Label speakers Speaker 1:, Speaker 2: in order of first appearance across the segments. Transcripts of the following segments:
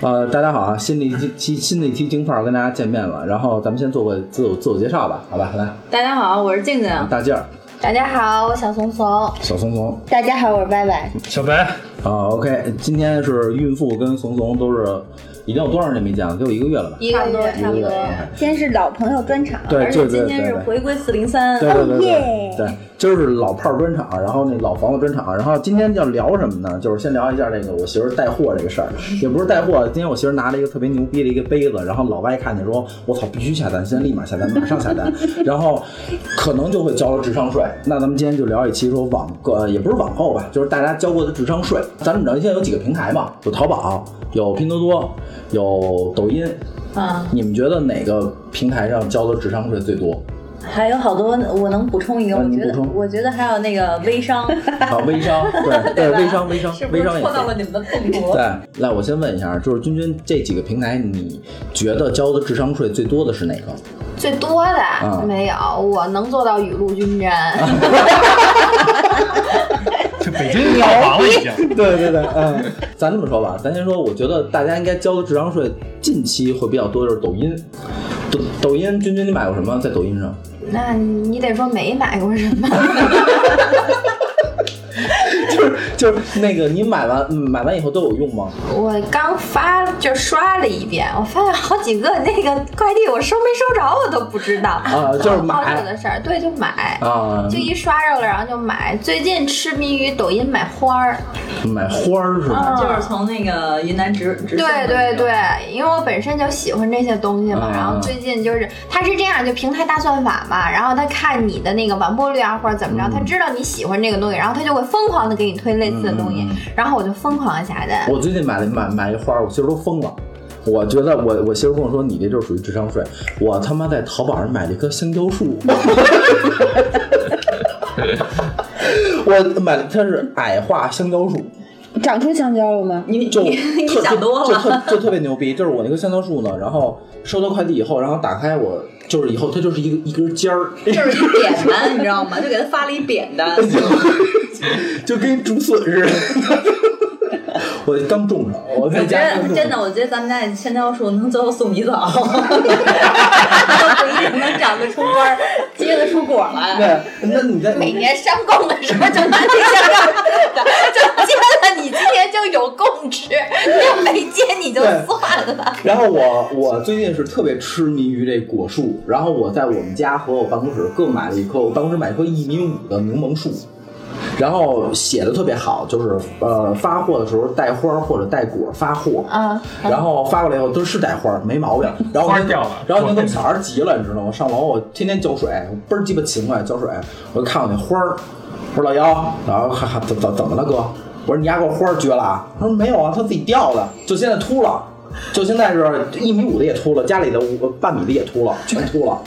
Speaker 1: 呃，大家好啊，新的一期新的一期京范儿跟大家见面了，然后咱们先做个自我自我介绍吧，好吧，来，
Speaker 2: 大家好，我是静静。
Speaker 1: 大劲儿，
Speaker 3: 大家好，我小怂怂。
Speaker 1: 小怂怂，
Speaker 3: 大家好，我是歪歪。
Speaker 4: 小白，
Speaker 1: 啊，OK，今天是孕妇跟怂怂都是已经有多长时间没见了？得有一个月了吧？
Speaker 2: 一个多，
Speaker 1: 一
Speaker 2: 差
Speaker 1: 个
Speaker 2: 不
Speaker 1: 月
Speaker 2: 多。
Speaker 1: ，OK
Speaker 3: 今天是老朋友专场，
Speaker 1: 对，
Speaker 2: 而
Speaker 1: 对对
Speaker 2: 且
Speaker 1: 对
Speaker 2: 今天是
Speaker 1: 对
Speaker 2: 回归四零三，
Speaker 1: 对对对
Speaker 3: 耶
Speaker 1: 对对，今儿是老炮儿专场，然后那老房子专场，然后今天要聊什么呢？就是先聊一下这个我媳妇儿带货这个事儿，也不是带货，今天我媳妇儿拿了一个特别牛逼的一个杯子，然后老外看见说，我操，必须下单，现在立马下单，马上下单，然后可能就会交了智商税。那咱们今天就聊一期说网购，呃也不是网购吧，就是大家交过的智商税。咱们知道现在有几个平台嘛，有淘宝，有拼多多，有抖音。
Speaker 2: 啊，
Speaker 1: 你们觉得哪个平台上交的智商税最多？
Speaker 2: 还有好多我能补充一个，
Speaker 1: 啊
Speaker 2: 我
Speaker 1: 你
Speaker 2: 觉得
Speaker 1: 补充
Speaker 2: 我觉得还有那个微 商，
Speaker 1: 啊，微商，对对，
Speaker 2: 吧
Speaker 1: 微商，微商
Speaker 2: 是，不
Speaker 1: 微
Speaker 2: 是
Speaker 1: 商也
Speaker 2: 戳到了
Speaker 1: 是。
Speaker 2: 你们的痛处？
Speaker 1: 对，来，我先问一下，就是君君这几个平台，你觉得交的智商税最多的是哪个？
Speaker 3: 最多的、
Speaker 1: 嗯
Speaker 3: 没有，我能做到雨露均沾。
Speaker 4: 这北京老王了已经。
Speaker 1: 对对对，嗯，咱这么说吧，咱先说，我觉得大家应该交的智商税近期会比较多，就是抖音。抖抖音，君君你买过什么？在抖音上？
Speaker 3: 那你得说没买过什么，
Speaker 1: 就是就是那个，你买完嗯买完以后都有用吗？
Speaker 3: 我刚发就刷了一遍，我发现好几个那个快递我收没收着我都不知道
Speaker 1: 啊就是买
Speaker 3: 好久的事儿，对，就买。
Speaker 1: 啊
Speaker 3: 就，一刷着了，然后就买。最近痴迷于抖音买花儿，
Speaker 1: 买花儿是吗？
Speaker 2: 就是从那个云南直直送的
Speaker 3: 对对
Speaker 2: 那种
Speaker 3: 对，因为我本身就喜欢这些东西嘛，
Speaker 1: 嗯
Speaker 3: 然后最近就是它是这样，就平台大算法嘛，然后它看你的那个完播率啊或者怎
Speaker 1: 嗯
Speaker 3: 么着，它知道你喜欢这个东西，然后它就会疯狂的给你推类似的东西，
Speaker 1: 嗯嗯嗯
Speaker 3: 然后我就疯狂的下单。
Speaker 1: 我最近买了买买一花儿，我媳妇儿都疯了。我觉得我我媳妇儿跟我说，你这就是属于智商税。我他妈在淘宝上买了一棵香蕉树， 我买了它是矮化香蕉树，
Speaker 5: 长出香蕉了吗？
Speaker 2: 你
Speaker 1: 就
Speaker 2: 你你
Speaker 1: 特
Speaker 2: 想多
Speaker 1: 就就
Speaker 2: 了。
Speaker 1: 特就特别牛逼。就是我那棵香蕉树呢，然后收到快递以后，然后打开我就是以后它就是一个一根尖儿，
Speaker 2: 就是一扁担，你知道吗？就给他发了一扁担，
Speaker 1: 就跟竹笋似的。 我刚种上，我 在
Speaker 2: 我觉
Speaker 1: 家刚种
Speaker 2: 得
Speaker 1: 上
Speaker 2: 真的，我觉得咱们家那千蕉树能最后送你走， 不一定能长得出花儿，结得出果来。
Speaker 1: 对，那你在
Speaker 3: 每年上供的时候就拿这香蕉，就接了你今年就有供吃，要没接你就算了。
Speaker 1: 然后我我最近是特别痴迷于这果树，然后我在我们家和我办公室各买了一棵，我办公室买一棵一米五的柠檬树，然后写的特别好，就是呃发货的时候带花儿或者带果发货，
Speaker 3: 啊，
Speaker 1: 然后发过来以后都是带花儿，没毛病。然后
Speaker 4: 花儿掉了
Speaker 1: 然后那个小孩急了，你知道吗？上楼我天天浇水，我倍儿鸡巴勤快浇水。我就看我那花儿，我说老幺，然后哈哈怎怎怎么了哥？我说你丫给我花儿撅了啊？他说没有啊，他自己掉的，就现在秃了，就现在是一米五的也秃了，家里的五半米的也秃了，全秃了。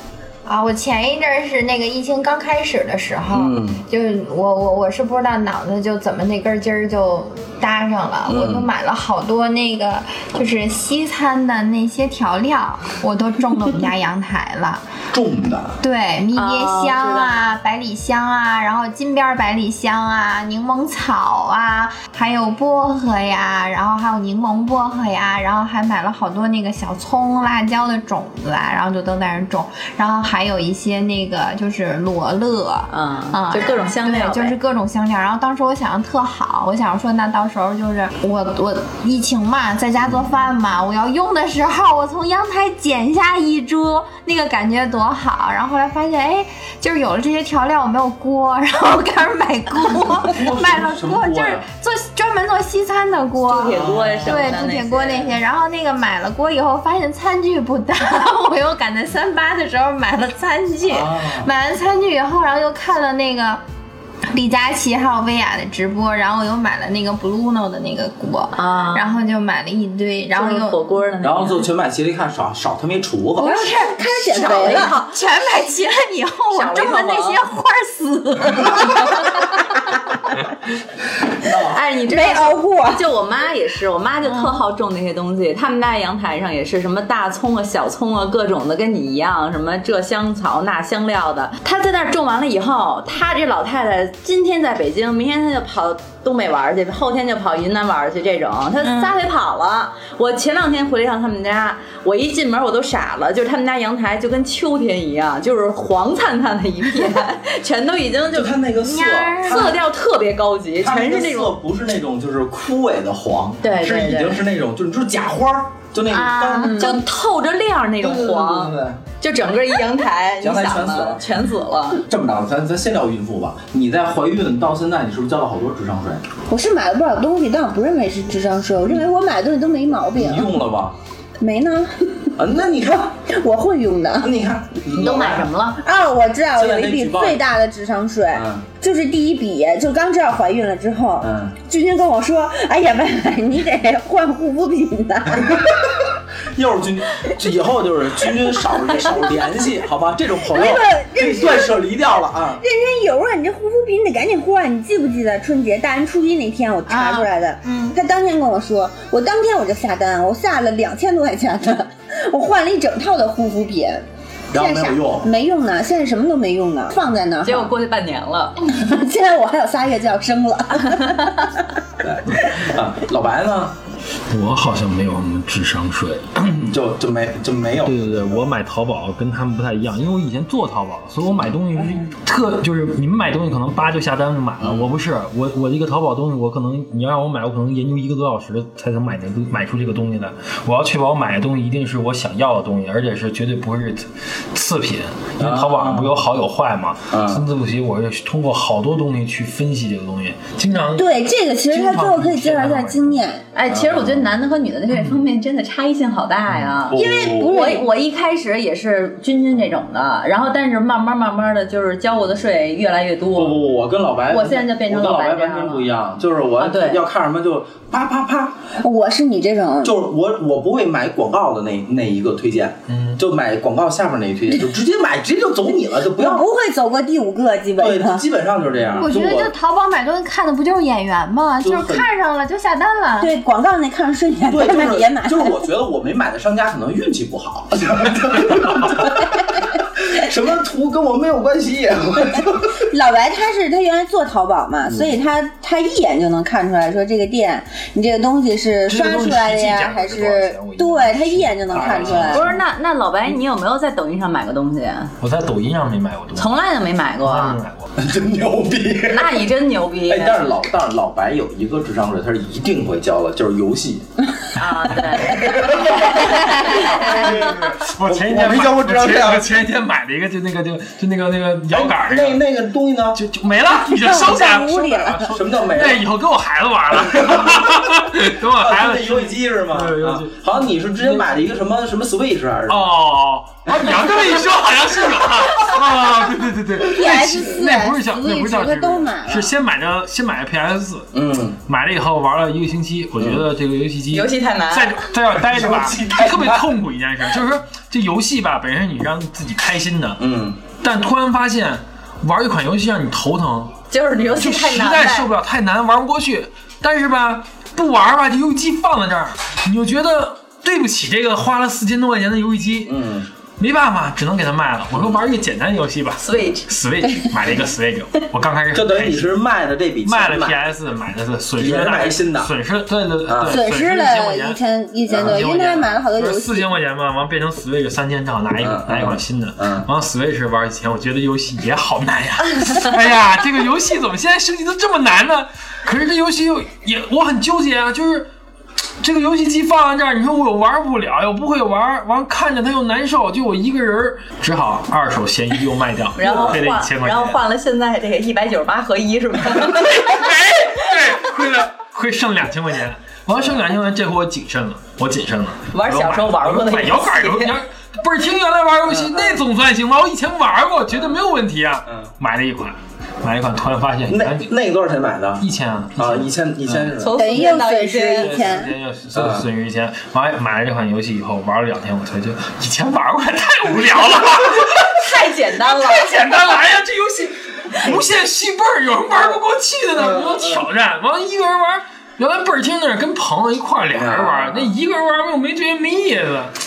Speaker 3: 啊，我前一阵儿是那个疫情刚开始的时候，
Speaker 1: 嗯
Speaker 3: 就是我我我是不知道脑子就怎么那根筋儿就搭上了，我就买了好多那个就是西餐的那些调料，我都种到我们家阳台了。
Speaker 1: 种的，，
Speaker 3: 对，迷迭香啊、百里香啊，然后金边百里香啊、柠檬草啊，还有薄荷呀，然后还有柠檬薄荷呀，然后还买了好多那个小葱、辣椒的种子啊，然后就都在那种，然后还有一些那个就是罗勒。
Speaker 2: 嗯
Speaker 3: 啊，
Speaker 2: 就各种香料呗，
Speaker 3: 对，就是各种香料。然后当时我想的特好，我想说，那到时候就是我我疫情嘛，在家做饭嘛，我要用的时候，我从阳台剪下一株，那个感觉多好。然后后来发现，哎，就是有了这些调料，我没有锅，然后开始买锅买了
Speaker 1: 什么
Speaker 3: 锅，
Speaker 1: 锅呀
Speaker 3: 就是做专门做西餐的锅。
Speaker 2: 铸铁锅什么
Speaker 3: 对，
Speaker 2: 的，
Speaker 3: 铸铁锅那些，然后那个买了锅以后，发现餐具不搭， 我又赶在三八的时候买了餐具，
Speaker 1: 啊
Speaker 3: 买完餐具以后，然后又看了那个李佳琦还有薇娅的直播，然后我又买了那个 Bruno 的那个锅，
Speaker 2: 啊，
Speaker 3: 然后就买了一堆，然后
Speaker 2: 就是火
Speaker 3: 又。
Speaker 2: 锅的那
Speaker 1: 然后
Speaker 2: 种。
Speaker 1: 就全买齐了，一看少少他妈一厨
Speaker 3: 不
Speaker 1: 子，
Speaker 3: 是，
Speaker 5: 开始减肥了，
Speaker 3: 全买齐了以后，我
Speaker 2: 少了一
Speaker 3: 种的那
Speaker 2: 套
Speaker 3: 些花儿死 了。
Speaker 2: 哎，你知道
Speaker 5: 没熬过。
Speaker 2: 就我妈也是，我妈就特好种那些东西。他们家阳台上也是什么大葱啊、小葱啊，各种的，跟你一样，什么这香草那香料的。她在那儿种完了以后，她这老太太今天在北京，明天她就跑东北玩儿去，后天就跑云南玩儿去，这种他撒腿跑了。我前两天回了一趟他们家，我一进门我都傻了，就是他们家阳台就跟秋天一样，就是黄灿灿的一片， 全都已经就
Speaker 1: 就它那个色，
Speaker 3: 蔫儿
Speaker 2: 色调特别高级，
Speaker 1: 它
Speaker 2: 全是那
Speaker 1: 个
Speaker 2: 种
Speaker 1: 色不是那种就是枯萎的黄，
Speaker 2: 对
Speaker 1: 是
Speaker 2: 对
Speaker 1: 已经
Speaker 2: 对
Speaker 1: 是那种就是就是假花儿，就那个
Speaker 3: 啊
Speaker 1: 刚
Speaker 2: 就透着亮儿那种黄。
Speaker 1: 对对对对对
Speaker 2: 就整个一 阳台，你
Speaker 1: 阳
Speaker 2: 想
Speaker 1: 台
Speaker 2: 吧，全死 了。
Speaker 1: 这么着，咱咱先聊孕妇吧。你在怀孕到现在，你是不是交了好多智商税？
Speaker 5: 我是买了不少东西，但我不认为是智商税，我认为我买的东西都没毛病
Speaker 3: 嗯
Speaker 1: 你。用了吧？
Speaker 5: 没呢，
Speaker 1: 啊，那你看，
Speaker 5: 我会用的。
Speaker 1: 你看，
Speaker 2: 你
Speaker 1: 你
Speaker 2: 都买什？么了？
Speaker 5: 啊，我知道
Speaker 1: 现在
Speaker 5: 有一
Speaker 1: 那
Speaker 5: 笔
Speaker 1: 举报
Speaker 5: 最大的智商税
Speaker 1: 嗯，
Speaker 5: 就是第一笔，就刚知道怀孕了之后，
Speaker 1: 嗯，
Speaker 5: 君君跟我说：“哎呀，妹妹，你得换护肤品的。
Speaker 1: 又是君，这以后就是君君少少联系，好吧？这种朋友
Speaker 5: 那个
Speaker 1: 可以断舍离掉了啊”。
Speaker 5: 认真有啊，你这护肤品得赶紧换，你记不记得春节大年初一那天我查出来的？
Speaker 3: 嗯
Speaker 5: 他当天跟我说，我当天我就下单，我下了两千多块钱的，我换了一整套的护肤品。
Speaker 1: 然后
Speaker 5: 现在
Speaker 1: 没有
Speaker 5: 啥
Speaker 1: 用啊
Speaker 5: 没用呢，现在什么都没用呢，放在那儿。
Speaker 2: 结果过去半年了，
Speaker 5: 现在我还有仨月就要生了。
Speaker 1: 啊，老白呢，
Speaker 4: 我好像没有什么智商税。
Speaker 1: 就就没就没有。
Speaker 4: 对对对，我买淘宝跟他们不太一样，因为我以前做淘宝，所以我买东西是特就是你们买东西可能叭就下单就买了，我不是，我我一个淘宝东西，我可能你要让我买，我可能研究一个多小时才能买那个买出这个东西来。我要确保我买的东西一定是我想要的东西，而且是绝对不是次品，因为淘宝上不是有好有坏嘛。
Speaker 1: 啊
Speaker 4: 参差不齐，我是通过好多东西去分析这个东西，经常
Speaker 5: 对，这个其实他最后可以介绍一下经验。
Speaker 2: 哎，其实我觉得男的和女的在这方面真的差异性好大呀。
Speaker 1: 因为
Speaker 5: 不
Speaker 2: 我
Speaker 5: 是
Speaker 2: 我一开始也是君君这种的，然后但是慢慢慢慢的就是交过的税越来越
Speaker 1: 不不
Speaker 2: 多。
Speaker 1: 不，我跟老白，
Speaker 2: 我现在就变成
Speaker 1: 我跟
Speaker 2: 老
Speaker 1: 老
Speaker 2: 白
Speaker 1: 白
Speaker 2: 这样
Speaker 1: 完
Speaker 2: 了
Speaker 1: 全不一样，就是我
Speaker 2: 啊对
Speaker 1: 要看什么就啪啪啪，
Speaker 5: 我是你这种，
Speaker 1: 就是我我不会买广告的那那一个推荐，嗯，就买广告下面那一推 荐，就直接买，直接就走你了，就不
Speaker 5: 我
Speaker 1: 要
Speaker 5: 不。会走过第五个，基本
Speaker 1: 对，
Speaker 5: 上。
Speaker 1: 基本上就是这样。
Speaker 3: 我觉得就淘宝买东西看的不就是眼缘吗？
Speaker 1: 就
Speaker 3: 就是是看上了就下单了。
Speaker 5: 对广告那看着顺眼，
Speaker 1: 对，
Speaker 5: 但
Speaker 1: 就是
Speaker 5: 是别买。
Speaker 1: 就是我觉得我没买的商家可能运气不好， 什么图跟我没有关系。
Speaker 5: 老白他是他原来做淘宝嘛，所以他他一眼就能看出来说这个店你这个东西是刷出来的呀，还
Speaker 4: 这个东西实际价值
Speaker 5: 是
Speaker 4: 多少钱我一
Speaker 5: 对他一眼就能看出来
Speaker 2: 不。是，那那老白，你有没有在抖音上买过东西？
Speaker 4: 我在抖音上没买过东西，
Speaker 2: 从来就没买过
Speaker 4: 从来
Speaker 2: 啊
Speaker 4: 没，买过。
Speaker 1: 真牛逼！
Speaker 2: 那你真牛逼
Speaker 1: 嗯哎，但是老但是老白有一个智商税，他是一定会交的，就是游戏。
Speaker 2: 啊！ 对，
Speaker 4: 我前一
Speaker 1: 我
Speaker 4: 天
Speaker 1: 我没交过智商税啊
Speaker 4: 我前一天买了一个，就那个就就那个那个摇杆儿
Speaker 1: 哎那
Speaker 4: 那个，
Speaker 1: 那个东西呢？
Speaker 4: 就就没了，已经收起来
Speaker 5: 在屋里了
Speaker 1: 什么叫没了
Speaker 4: 那以后跟我孩子玩了，跟我
Speaker 1: 啊，
Speaker 4: 孩
Speaker 1: 就那
Speaker 4: 子。
Speaker 1: 游戏机是吗？
Speaker 4: 对游戏
Speaker 1: 啊好像你是之前买了一个什么什么 Switch 还是什么？
Speaker 4: 哦，啊，你要这么一说，好像是有啊！啊，对对对对
Speaker 5: PS 四
Speaker 4: 那不是叫那不是叫
Speaker 5: Switch 都买了
Speaker 4: 是先买的先买的 PS 四，
Speaker 1: 嗯，
Speaker 4: 买了以后玩了一个星期，我觉得这个游戏机
Speaker 2: 游戏太难
Speaker 4: 在在这儿待着吧
Speaker 1: 游戏太，难
Speaker 4: 特别痛苦一件事，就是说这游戏吧，本身你让自己开心的，
Speaker 1: 嗯，
Speaker 4: 但突然发现玩一款游戏让你头疼，
Speaker 2: 就是游戏
Speaker 4: 就
Speaker 2: 太
Speaker 4: 实
Speaker 2: 难
Speaker 4: 在受不
Speaker 2: 了。
Speaker 4: 了，太难玩不过去。但是吧，不玩吧，这游戏机放在这儿，你就觉得对不起这个花了四千多块钱的游戏机，
Speaker 1: 嗯，
Speaker 4: 没办法，只能给它卖了。我说玩一个简单的游戏吧
Speaker 2: Switch，
Speaker 4: ，Switch 买了一个 Switch，我刚开始
Speaker 1: 就
Speaker 4: 很
Speaker 1: 等
Speaker 4: 开
Speaker 1: 于你
Speaker 4: 心。
Speaker 1: 是卖的这笔钱
Speaker 4: 卖了
Speaker 1: 买
Speaker 4: PS，买的是损失
Speaker 1: 也是
Speaker 4: 大
Speaker 1: 买新的
Speaker 4: 损失对对
Speaker 1: 啊
Speaker 4: 对，
Speaker 5: 损失了一
Speaker 4: 1000
Speaker 5: 千啊一千多，
Speaker 4: 1000
Speaker 5: 因
Speaker 4: 块
Speaker 5: 为
Speaker 4: 钱
Speaker 5: 他买了好多游
Speaker 4: 就是
Speaker 5: 戏。
Speaker 4: 四千块钱嘛，完变成 Switch 三千，正好拿一
Speaker 1: 嗯
Speaker 4: 个
Speaker 1: 嗯
Speaker 4: 拿一款新的。
Speaker 1: 嗯
Speaker 4: 完 Switch 玩以前，我觉得游戏也好 难呀。哎呀，这个游戏怎么现在升级的这么难呢？可是这游戏又也我很纠结啊，就是。这个游戏机放在这儿，你说我又玩不了，又不会玩，完看着它又难受，就我一个人儿，只好二手闲鱼又卖掉，
Speaker 2: 然后
Speaker 4: 亏
Speaker 2: 换
Speaker 4: 了一千，块钱。
Speaker 2: 然后换了现在这个一百九十八合一是 吧？
Speaker 4: 哎，对，亏了，亏剩两千块钱。我要剩两千块钱，这回我谨慎了，我谨慎了。
Speaker 2: 玩小时候玩过的
Speaker 4: 买摇杆儿游戏，不是听原来玩游戏，那总算行吧？我以前玩过，觉得没有问题啊。
Speaker 1: 嗯
Speaker 4: 买了一款，买了一款，突然发现哎
Speaker 1: 那那个多少钱买的？
Speaker 4: 一千啊，
Speaker 1: 啊，一千一千是吧？
Speaker 2: 从
Speaker 5: 等
Speaker 2: 四
Speaker 5: 于哎又
Speaker 2: 千到
Speaker 5: 损
Speaker 2: 一
Speaker 5: 失
Speaker 2: 千
Speaker 5: 一，千
Speaker 4: 时，间又损损失一千，完买了这款游戏以后玩了两天，我才觉得以前玩过太无聊 了，
Speaker 2: 太简单了。
Speaker 4: 太简单了。哎呀，这 嗯游戏无限续倍儿，有人玩不过去的呢，没有挑战。完一个人玩，原来倍儿听着跟朋友一块儿俩人玩儿，那一个人玩儿又没觉得没意思，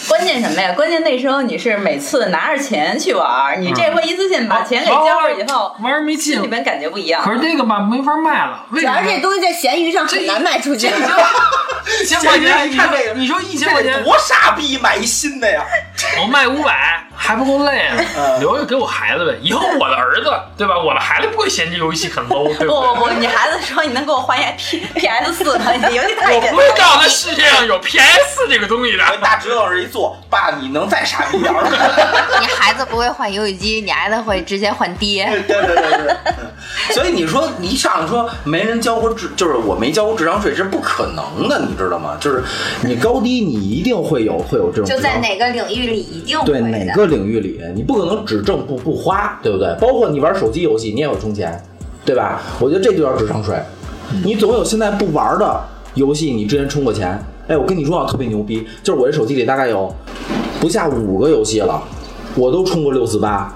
Speaker 2: 关键什么呀？关键那时候你是每次拿着钱去玩儿，你
Speaker 4: 嗯
Speaker 2: 这回一次性把钱给交了以后，
Speaker 4: 玩儿没
Speaker 2: 心
Speaker 4: 劲
Speaker 2: 里。边感觉不一样。
Speaker 4: 可是这个吧没法卖了，为
Speaker 5: 主
Speaker 4: 啥
Speaker 5: 要是这
Speaker 4: 呢？
Speaker 5: 东西在闲鱼上很难卖出去。
Speaker 4: 一千块
Speaker 6: 闲鱼
Speaker 4: 钱，
Speaker 6: 一
Speaker 4: 你
Speaker 6: 看这
Speaker 4: 说
Speaker 6: 个
Speaker 4: 你说一千块
Speaker 6: 这
Speaker 4: 钱
Speaker 6: 得，多傻逼买一新的 呀！
Speaker 4: 我卖五百还不够累呢，留着给我孩子呗。以后我的儿子对吧？我的孩子不会嫌这游戏很 low，对
Speaker 2: 不不
Speaker 4: 对？
Speaker 2: 不，你孩子说你能给我还原 P P S 四吗？你游戏太
Speaker 4: 我
Speaker 2: 简单
Speaker 4: 不会
Speaker 2: 了。
Speaker 4: 告诉他世界上有 PS 这个东西的。
Speaker 6: 跟大直头老师一坐，爸，你能再傻逼点 儿吗？
Speaker 3: 你孩子不会换游戏机，你孩子会直接换爹。
Speaker 6: 对对对对对。嗯所以你说你一上来说没人交过智，就是我没交过智商税，这是不可能的，你知道吗？就是
Speaker 1: 你高低你一定会有会有这种
Speaker 3: 就
Speaker 1: 比
Speaker 3: 在
Speaker 1: 较
Speaker 3: 哪个领域里一定会
Speaker 1: 对哪
Speaker 3: 的。
Speaker 1: 个领域里，你不可能只挣不不花，对不对？包括你玩手机游戏，你也有充钱，对吧？我觉得这就叫智商税。你总有现在不玩的游戏，你之前充过钱。哎，我跟你说啊，特别牛逼，就是我这手机里大概有不下五个游戏了，我都充过六四八，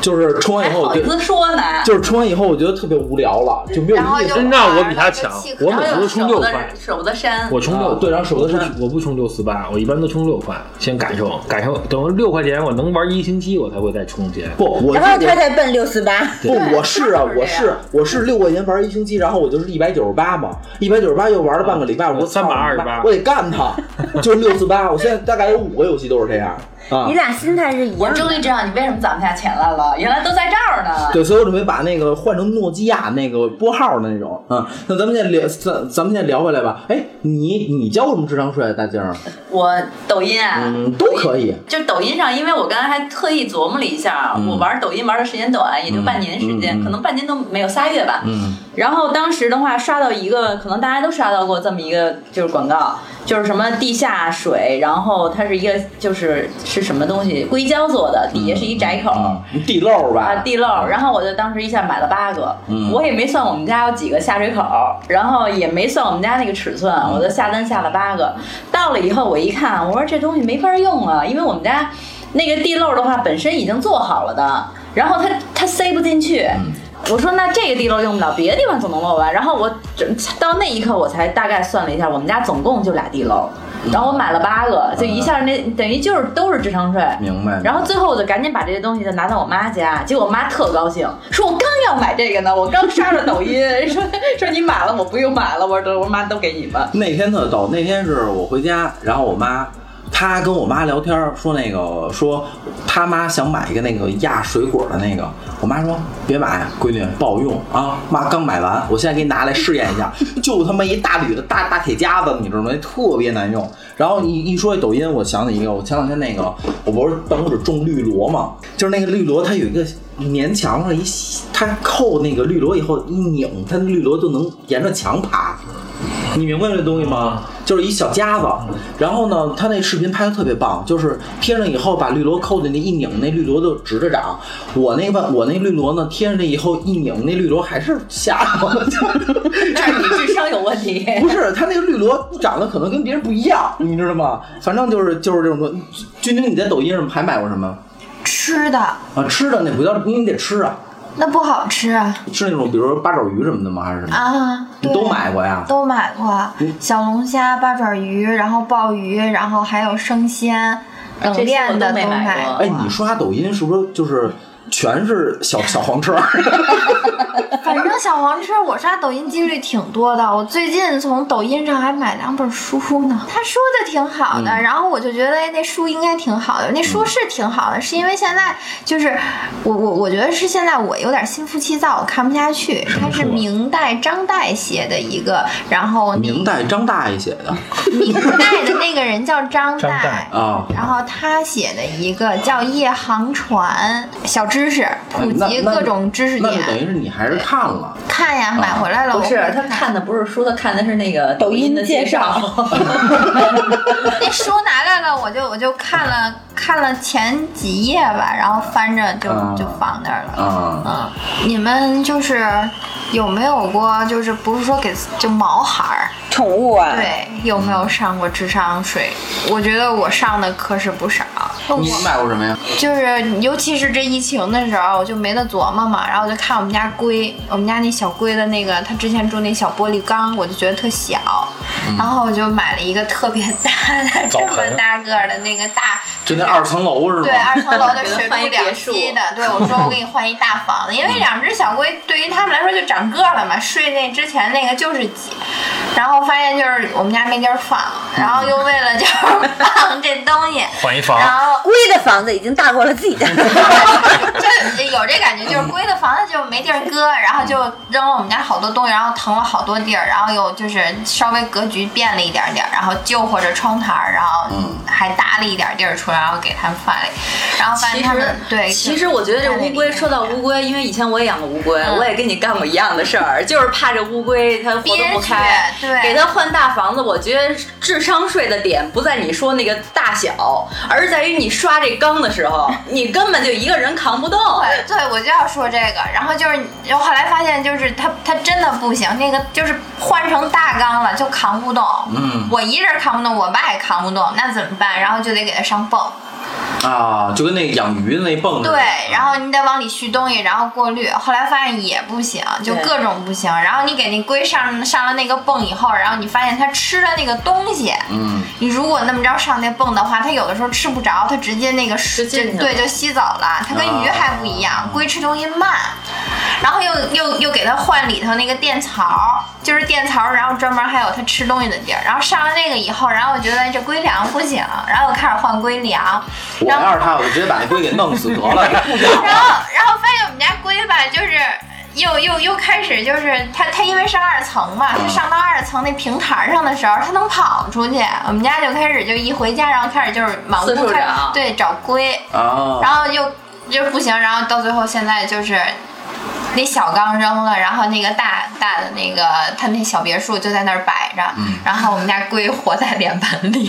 Speaker 1: 就是充完以
Speaker 2: 还
Speaker 1: 后我
Speaker 2: 哎好啊
Speaker 1: 就
Speaker 2: 意思说呢？
Speaker 1: 就是充完以后我觉得特别无聊了，就没有
Speaker 3: 然后
Speaker 1: 意思。
Speaker 3: 就
Speaker 4: 真的我比他强我
Speaker 2: 然
Speaker 4: 每
Speaker 2: 后
Speaker 4: 次
Speaker 2: 又舍
Speaker 4: 都充六
Speaker 2: 不得
Speaker 4: 块
Speaker 2: 舍不得删。
Speaker 4: 我充
Speaker 1: 啊
Speaker 4: 六，
Speaker 1: 对然后手
Speaker 4: 我
Speaker 1: 头
Speaker 4: 不
Speaker 1: 上
Speaker 4: 我不充六四八，我一般都充六块，先感受感受，等六块钱我能玩一星期，我才会再充钱。
Speaker 1: 不，我
Speaker 5: 然后
Speaker 1: 这
Speaker 5: 他才奔六四八，
Speaker 1: 不，我是啊，
Speaker 2: 就
Speaker 1: 我
Speaker 2: 是这
Speaker 1: 是我是六块钱玩一星期，然后我就是一百九十八嘛，一百九十八又玩了半个礼拜，我操
Speaker 4: 328
Speaker 1: 你妈我得干他，就是六四八，我现在大概有五个游戏都是这样啊
Speaker 5: 你。俩心态是一
Speaker 2: 我
Speaker 5: 样的。
Speaker 2: 终于知道你为什么攒不下钱来了，原来都在这儿呢。
Speaker 1: 对，所以我准备把那个换成诺基亚那个拨号的那种啊。那咱们现在聊，咱咱们现在聊回来吧。哎，你你交什么智商税啊，大静儿？
Speaker 2: 我抖音啊，
Speaker 1: 嗯，都可以。
Speaker 2: 就抖音上，因为我刚才还特意琢磨了一下，啊我玩抖音玩的时间短，也就半年时间，
Speaker 1: 嗯嗯嗯
Speaker 2: 可能半年都没有仨月吧。
Speaker 1: 嗯，
Speaker 2: 然后当时的话，刷到一个，可能大家都刷到过这么一个就是广告，就是什么地下水，然后它是一个就是是什么东西硅胶做的，底下是一窄口。
Speaker 1: 啊，地漏吧，
Speaker 2: 啊，地漏，然后我就当时一下买了八个，
Speaker 1: 嗯
Speaker 2: 我也没算我们家有几个下水口，然后也没算我们家那个尺寸，
Speaker 1: 嗯
Speaker 2: 我就下单下了八个。到了以后，我一看，我说这东西没法用啊，因为我们家那个地漏的话本身已经做好了的，然后它它塞不进去。
Speaker 1: 嗯
Speaker 2: 我说那这个地漏用不了，别的地方总能漏啊吧？然后我整到那一刻我才大概算了一下，我们家总共就俩地漏，然后我买了八个，就一下那等于就是都是智商税。
Speaker 1: 嗯明白。
Speaker 2: 然后最后我就赶紧把这些东西就拿到我妈家，结果我妈特高兴，说我刚要买这个呢，我刚刷着抖音， 说说你买了，我不用买了，我说我妈都给你们。
Speaker 1: 那天特逗，那天是我回家，然后我妈，她跟我妈聊天儿说那个说她妈想买一个那个压水果的那个，我妈说别买，闺女不好用啊，妈刚买完，我现在给你拿来试验一下，就他妈一大铝的大大铁夹子，你知道吗？特别难用。然后你一说抖音，我想起一个，我前两天那个我不是办公室种绿萝嘛，就是那个绿萝它有一个粘墙上一，它扣那个绿萝以后一拧，它那绿萝就能沿着墙爬。你明白这东西吗？就是一小夹子，然后呢，他那视频拍的特别棒，就是贴上以后把绿萝扣进去一拧，那绿萝就直着长。我那个我那绿萝呢，贴上去以后一拧，那绿萝还是下头。
Speaker 2: 但是你智商有问题，
Speaker 1: 哎不是，它那个绿萝长得可能跟别人不一样，你知道吗？反正就是就是这种东西。君君，你在抖音上还买过什么
Speaker 3: 吃的
Speaker 1: 啊？吃的那不叫，你得吃啊，
Speaker 3: 那不好吃啊，
Speaker 1: 是那种比如说八爪鱼什么的吗？还是什么？你
Speaker 3: 对
Speaker 1: 都买过呀？
Speaker 3: 都买过，
Speaker 1: 嗯
Speaker 3: 小龙虾、八爪鱼，然后鲍鱼，然后还有生鲜冷
Speaker 2: 啊这些我
Speaker 3: 链的
Speaker 2: 都没买
Speaker 3: 买
Speaker 2: 过
Speaker 1: 哎，你刷抖音是不是就是全是小小黄车？
Speaker 3: 反正小黄车我刷抖音几率挺多的，我最近从抖音上还买两本书呢。他说的挺好
Speaker 1: 嗯
Speaker 3: 的，然后我就觉得哎那书应该挺好的，那书是挺好的，是因为现在就是我我我觉得是现在我有点心浮气躁，我看不下去。它
Speaker 1: 啊
Speaker 3: 是明代张岱写的一个，然后
Speaker 1: 明代张大爷写的
Speaker 3: 明代的那个人叫张
Speaker 4: 张岱
Speaker 3: 岱。
Speaker 1: 啊。
Speaker 3: 然后他写的一个叫《夜航船》小知识，普
Speaker 1: 哎啊那
Speaker 3: 及
Speaker 1: 那
Speaker 3: 各种知识
Speaker 1: 那就等于啊
Speaker 3: 点。
Speaker 1: 是你还是看了，
Speaker 3: 看呀，买回来了。
Speaker 2: 不
Speaker 3: 我
Speaker 2: 是
Speaker 3: 会
Speaker 2: 他 看的不是书，他看的是那个
Speaker 5: 抖音
Speaker 2: 的
Speaker 5: 介绍
Speaker 2: 绍。
Speaker 3: 那哎书拿来了，我就我就看了看了前几页吧，然后翻着就
Speaker 1: 啊
Speaker 3: 就放那儿了。
Speaker 1: 啊。
Speaker 3: 嗯，你们就是有没有过，就是不是说给就毛孩儿，
Speaker 5: 宠物啊，，
Speaker 3: 对，有没有上过智商税？我觉得我上的可是不少。
Speaker 1: 你买过什么呀？
Speaker 3: 就是尤其是这疫情的时候，我就没得琢磨嘛，然后我就看我们家龟，我们家那小龟的那个，它之前住那小玻璃缸，我就觉得特小，然后我就买了一个特别大的
Speaker 1: 澡
Speaker 3: 这
Speaker 1: 嗯盆
Speaker 3: 么大个儿的那个大，
Speaker 1: 就那二层楼是吗？
Speaker 3: 对，二层 楼的水
Speaker 2: 换一
Speaker 3: 陆两
Speaker 2: 别墅
Speaker 3: 栖的。对，我说我给你换一大房子，因
Speaker 1: 嗯
Speaker 3: 为两只小龟对于它们来说就长个儿了嘛，睡那之前那个就是挤。然后发现就是我们家没地儿放，然后又为了就是 放这东 西，
Speaker 1: 啊
Speaker 4: 换一房
Speaker 3: 然后
Speaker 5: 龟的房子已经大过了自己的，
Speaker 3: 就有这感觉，就是龟的房子就没地儿搁，然后就扔了我们家好多东西，然后腾了好多地儿，然后又就是稍微格局变了一点点儿，然后就或者窗台儿，然后还搭了一点地儿出来，然后给它们放里，然后发
Speaker 2: 其
Speaker 3: 现它
Speaker 2: 实
Speaker 3: 们，对，
Speaker 2: 其
Speaker 3: 就
Speaker 2: 实我觉得这乌龟，说到乌龟，因为以前我也养过乌龟，
Speaker 3: 嗯
Speaker 2: 我也跟你干过一样的事儿，就是怕这乌龟它活动不开，
Speaker 3: 憋屈对
Speaker 2: 给它换大房子，我觉得智商税的点不在你说那个大小，而在于你刷这缸的时候，你根本就一个人扛 不动。
Speaker 3: 对对，我就要说这个。然后就是，然后后来发现就是它它真的不行，那个就是换成大缸了就扛不动。
Speaker 1: 嗯
Speaker 3: 我一人扛不动，我爸也扛不动，那怎么办？然后就得给它上泵。
Speaker 1: 啊，就跟那养鱼的那泵似的。
Speaker 3: 对，然后你得往里蓄东西，然后过滤。后来发现也不行，就
Speaker 2: 对
Speaker 3: 各种不行。然后你给那龟上上了那个泵以后，然后你发现它吃的那个东西，
Speaker 1: 嗯，
Speaker 3: 你如果那么着上那泵的话，它有的时候吃不着，它直接那个
Speaker 2: 吃进去
Speaker 3: 就啊
Speaker 2: 了
Speaker 3: 对就吸走了。它跟鱼还不一样，龟吃东西慢，然后又又又给它换里头那个垫槽，就是垫槽，然后专门还有它吃东西的地儿。然后上了那个以后，然后我觉得这龟粮不行，然后我开始换龟粮，
Speaker 1: 我
Speaker 3: 然后
Speaker 1: 要是他，我就直接把那龟给弄死得了。
Speaker 3: 然后然后发现我们家龟吧，就是。又又又开始就是它它因为上二层嘛，它上到二层那平台上的时候，它能跑出去。我们家就开始就一回家，然后开始就是满
Speaker 2: 四
Speaker 3: 屋
Speaker 2: 处
Speaker 3: 开始
Speaker 2: 找
Speaker 3: 对找龟，
Speaker 1: 啊，
Speaker 3: 然后又又不行，然后到最后现在就是那小缸扔了，然后那个大大的那个他那小别墅就在那儿摆着，然后我们家龟活在脸盆里。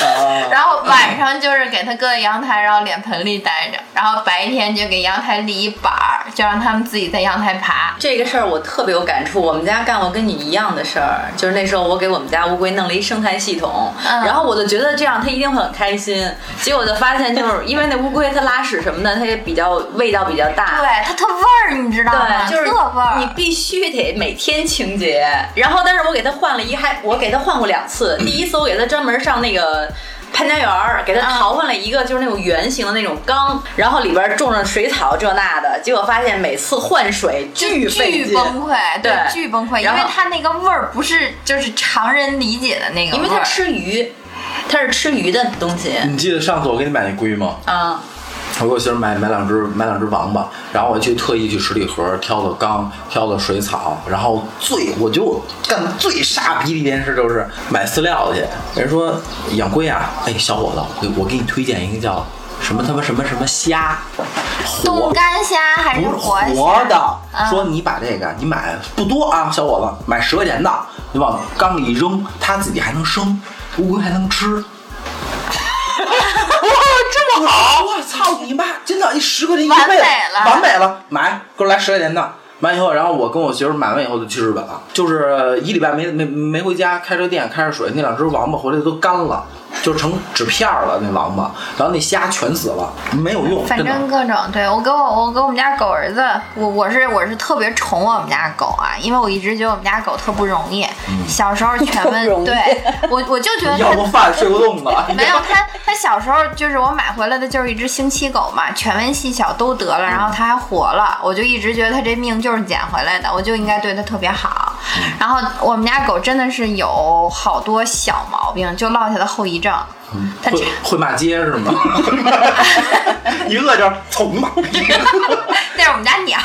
Speaker 1: 呃
Speaker 3: 然后晚上就是给它搁阳台，然后脸盆里待着，然后白天就给阳台立一板儿，就让它们自己在阳台爬。
Speaker 2: 这个事儿我特别有感触，我们家干过跟你一样的事儿，就是那时候我给我们家乌龟弄了一生态系统，
Speaker 3: 嗯
Speaker 2: 然后我就觉得这样它一定会很开心，结果就发现就是因为那乌龟它拉屎什么的，它也比较味道比较大，
Speaker 3: 对，它特味儿，你知道吗？
Speaker 2: 对，就是
Speaker 3: 特味儿。
Speaker 2: 你必须得每天清洁。然后，但是我给他换了一，还我给他换过两次。第一次我给他专门上那个。潘家园儿给他淘换了一个，就是那种圆形的那种缸，然后里边儿种上水草这那的，结果发现每次换水巨费
Speaker 3: 巨
Speaker 2: 劲，
Speaker 3: 崩溃，对
Speaker 2: 对，
Speaker 3: 巨崩溃，因
Speaker 2: 然
Speaker 3: 为
Speaker 2: 后
Speaker 3: 它那个味儿不是就是常人理解的那个
Speaker 2: 因
Speaker 3: 味儿，
Speaker 2: 为他吃鱼，他是吃鱼的东西
Speaker 1: 你记得上次我给你买那龟吗？
Speaker 2: 啊，
Speaker 1: 我给我媳妇儿买买两只买两只王八，然后我去特意去十里河挑的缸，挑的水草，然后最我觉得我干的最傻逼的一件事就是买饲料去。人说养龟啊，哎小伙子，我我给你推荐一个叫什么他妈什么什么虾，
Speaker 3: 冻
Speaker 1: 活
Speaker 3: 干虾还
Speaker 1: 不是
Speaker 3: 活虾
Speaker 1: 活的，
Speaker 3: 嗯
Speaker 1: 说你把这个你买不多啊，小伙子买十块钱的，你往缸里一扔，它自己还能生，乌龟还能吃。 哇，这么好！我操你妈！真的，一十块钱一
Speaker 3: 完
Speaker 1: 辈子
Speaker 3: 美了
Speaker 1: 完美了，买，给我来十块钱的。完以后，然后我跟我媳妇儿买完以后就去日本了，就是一礼拜没没没回家，开着店开着水，那两只王八回来都干了，就成纸片儿了那王八，然后那虾全死了，没有用，
Speaker 3: 反
Speaker 1: 真的
Speaker 3: 正各种对我给我我给我们家狗儿子，我我是我是特别宠我们家狗啊，因为我一直觉得我们家狗特不容易，小时候全
Speaker 5: 特不容
Speaker 3: 温
Speaker 5: 易
Speaker 3: 对我我就觉得
Speaker 1: 要
Speaker 3: 它
Speaker 1: 过饭睡过洞 的。
Speaker 3: 没有它，它小时候就是我买回来的就是一只星期狗嘛，犬瘟、细小都得了，然后它还活了，我就一直觉得它这命就是捡回来的，我就应该对它特别好。然后我们家狗真的是有好多小毛病，就落下的后遗症。它
Speaker 1: 会会骂街是吗？ 一饿就是操你妈！
Speaker 3: 那是我们家鸟，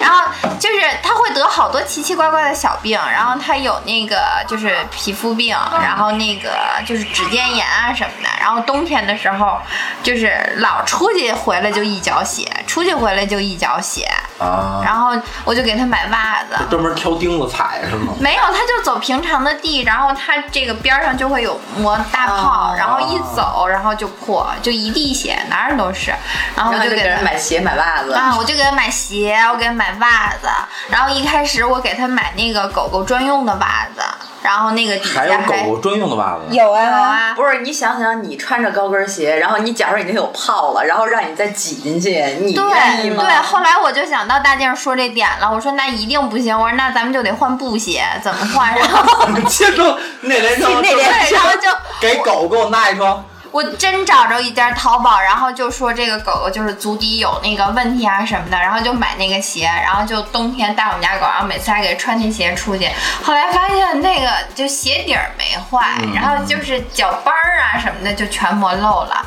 Speaker 3: 然后就是它会得好多奇奇怪怪的小病，然后它有那个就是皮肤病，然后那个就是指尖炎啊什么的，然后冬天的时候就是老出去回来就一脚血，出去回来就一脚血，
Speaker 1: 啊，
Speaker 3: 然后我就给它买袜子，
Speaker 1: 专门挑钉子踩是吗？
Speaker 3: 没有，它就走平常的地，然后它这个边儿上就会有磨大泡，
Speaker 2: 哦
Speaker 3: 然后一走然后就破，就一地血，哪儿都是，然后
Speaker 2: 然
Speaker 3: 我
Speaker 2: 后就
Speaker 3: 给
Speaker 2: 给
Speaker 3: 它
Speaker 2: 人买鞋买袜子，
Speaker 3: 啊，我就给他买鞋，我给他买袜子，然后一开始我给他买那个狗狗专用的袜子，然后那个底下
Speaker 1: 还有狗狗专用的袜子呢。
Speaker 5: 有
Speaker 3: 有
Speaker 5: 啊，
Speaker 3: 啊，
Speaker 2: 不是你想想，你穿着高跟鞋，然后你假如已经有泡了，然后让你再挤进去，你愿意
Speaker 3: 对
Speaker 2: 吗？
Speaker 3: 对，后来我就想到大静说这点了，我说那一定不行，我说那咱们就得换布鞋，怎么换？然后
Speaker 1: 接受 那 连上，
Speaker 5: 那连
Speaker 3: 对，然后就
Speaker 1: 给狗给我拿一 双。
Speaker 3: 我真找着一家淘宝，然后就说这个狗狗就是足底有那个问题啊什么的，然后就买那个鞋，然后就冬天带我们家狗，然后每次还给穿那鞋出去。后来发现那个就鞋底儿没坏，然后就是脚帮儿啊什么的就全磨漏了。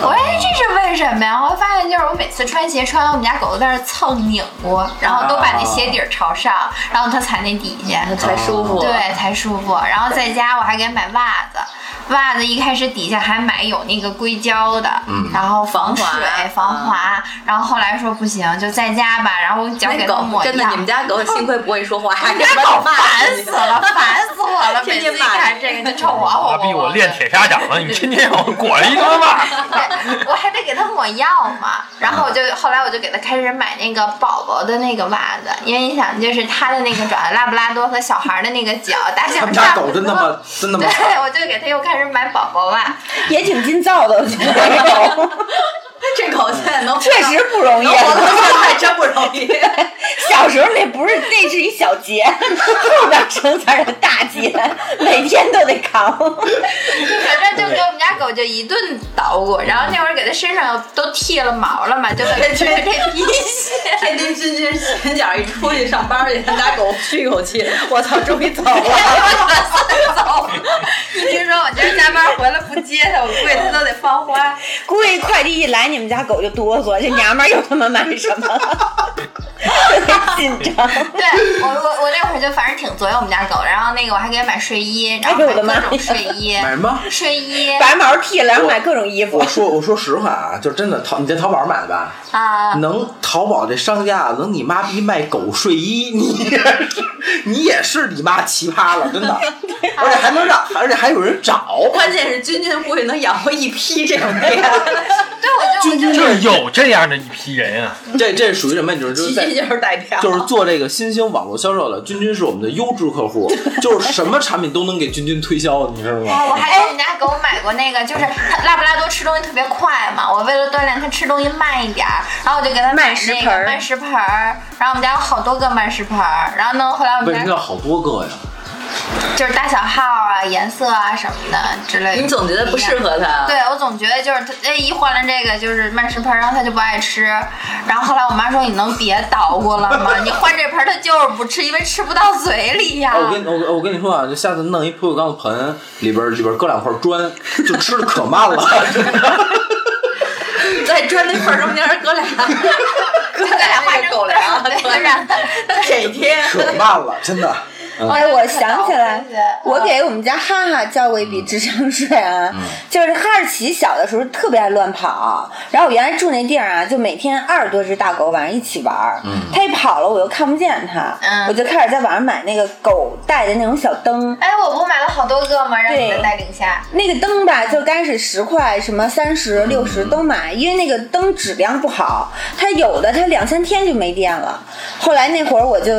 Speaker 3: 我说哎这是为什么呀？后来发现就是我每次穿鞋穿完，我们家狗狗在那儿蹭拧过，然后都把那鞋底儿朝上，然后它踩那底下。
Speaker 2: 才舒服。
Speaker 3: 啊对，才舒服。然后在家我还给买袜子，袜子一开始底下还买有那个硅胶的，
Speaker 2: 嗯
Speaker 3: 然后防水
Speaker 2: 防滑
Speaker 3: 防滑。然后后来说不行，就在家吧。然后我脚给
Speaker 2: 那
Speaker 3: 它
Speaker 2: 狗
Speaker 3: 抹
Speaker 2: 真的，
Speaker 3: 掉
Speaker 2: 你们家狗幸亏不会说 话，
Speaker 3: 你家 狗烦死了，烦死我了！
Speaker 2: 天
Speaker 3: 每
Speaker 2: 天
Speaker 3: 次一
Speaker 2: 骂
Speaker 3: 看
Speaker 2: 你
Speaker 3: 这个就冲我吼
Speaker 4: 妈
Speaker 3: 吼
Speaker 4: 逼，
Speaker 3: 吼
Speaker 4: 我练铁砂掌了，你天天让我裹着一双袜子。
Speaker 3: 对，我还得给它抹药嘛。然后我就后来我就给它开始买那个宝宝的那个袜子，因为你想，就是它的那个爪，拉布拉多和小孩的那个脚大
Speaker 1: 他
Speaker 3: 小
Speaker 1: 们
Speaker 3: 差
Speaker 1: 家
Speaker 3: 不
Speaker 1: 狗
Speaker 3: 多。
Speaker 1: 真他 妈真他妈
Speaker 3: 对，我就给它又开始买宝宝袜，
Speaker 5: 也挺劲造的，我觉得这狗
Speaker 2: 这狗现 在能活
Speaker 5: 确
Speaker 2: 到
Speaker 5: 实不容易
Speaker 2: 能。活到现在真不容易。
Speaker 5: 小时候那不是那是一小节，后边成才是大节，每天都得扛。
Speaker 3: 反正就给我们家狗就一顿捣鼓，然后那会儿给它身上又都剃了毛了嘛，就给它穿这皮鞋。
Speaker 2: 天天君君前脚一出去上班去，他家狗吁一口气，我操，终于走了。
Speaker 3: 走，一 听说我今儿加班回来不接它，我估计它都得放花。
Speaker 5: 估计快递一来，你们家狗就哆嗦，这娘们儿又他妈买什么了？ 紧张。
Speaker 3: 对我我我那会儿就反正挺左右我们家狗，然后那个我还给它买睡衣，然后
Speaker 5: 哎呦我的
Speaker 3: 买
Speaker 5: 妈
Speaker 3: 各种睡衣，
Speaker 1: 买什么？
Speaker 3: 睡衣
Speaker 5: 白毛剃了，然后买各种衣服
Speaker 1: 我。说我说实话啊，就真的淘你在淘宝上买的吧？
Speaker 3: 啊，
Speaker 1: 能淘宝这商家啊能你妈逼卖狗睡衣，你也是你也是你妈奇葩了， 真的，
Speaker 3: 啊
Speaker 1: 而且还能让，而且还有人找。
Speaker 2: 关键是君君估计能养活一批这种 店，
Speaker 3: 对我就我就
Speaker 4: 就是有这样的一批人啊，
Speaker 1: 这这属于什么？你知道就是
Speaker 2: 君
Speaker 1: 在
Speaker 2: 君就是代表。
Speaker 1: 就是做这个新兴网络销售的，君君是我们的优质客 户，就是什么产品都能给君君推销，你知道
Speaker 3: 哦，我
Speaker 1: 吗？
Speaker 5: 哎
Speaker 3: 还给我们家狗买过那个，就是它拉布拉多吃东西特别快嘛，我为了锻炼它吃东西慢一点儿，然后我就给它买
Speaker 5: 慢食
Speaker 3: 那
Speaker 5: 盆
Speaker 3: 个
Speaker 5: 儿
Speaker 3: 慢食盆儿，然后我们家有好多个慢食盆儿，然后呢，后来
Speaker 1: 为
Speaker 3: 我
Speaker 1: 什
Speaker 3: 们
Speaker 1: 么
Speaker 3: 家
Speaker 1: 要好多个呀？
Speaker 3: 就是大小号啊、颜色啊什么的之类的。
Speaker 2: 你总觉得不适合它。
Speaker 3: 对，我总觉得就是它，哎，一换了这个就是慢食盆儿，然后它就不爱吃。然后后来我妈说：“你能别捣鼓了吗？你换这盆儿它就是不吃，因为吃不到嘴里呀、
Speaker 1: 哎我跟你我我跟你说啊，就下次弄一不锈钢盆，里边里边搁两块砖，就吃的可慢了。
Speaker 2: 在砖那块儿中间儿 搁俩，搁
Speaker 3: 咱俩换成
Speaker 2: 狗粮，
Speaker 3: 对
Speaker 2: 搁俩每天
Speaker 1: 可慢了，真的。
Speaker 5: 哎，我想起来
Speaker 3: 对对对，
Speaker 5: 我给我们家哈哈交过一笔智商税啊，就是哈士奇小的时候特别爱乱跑，然后我原来住那地儿啊，就每天二十多只大狗晚上一起玩儿，它一跑了我又看不见它，
Speaker 3: 嗯
Speaker 5: 我就开始在网上买那个狗带的那种小灯。
Speaker 3: 哎，我不买了好多个吗？让你们
Speaker 5: 对
Speaker 3: 带领下。
Speaker 5: 那个灯吧，就该是十块，什么三十、六十都买，因为那个灯质量不好，它有的它两三天就没电了。后来那会儿我就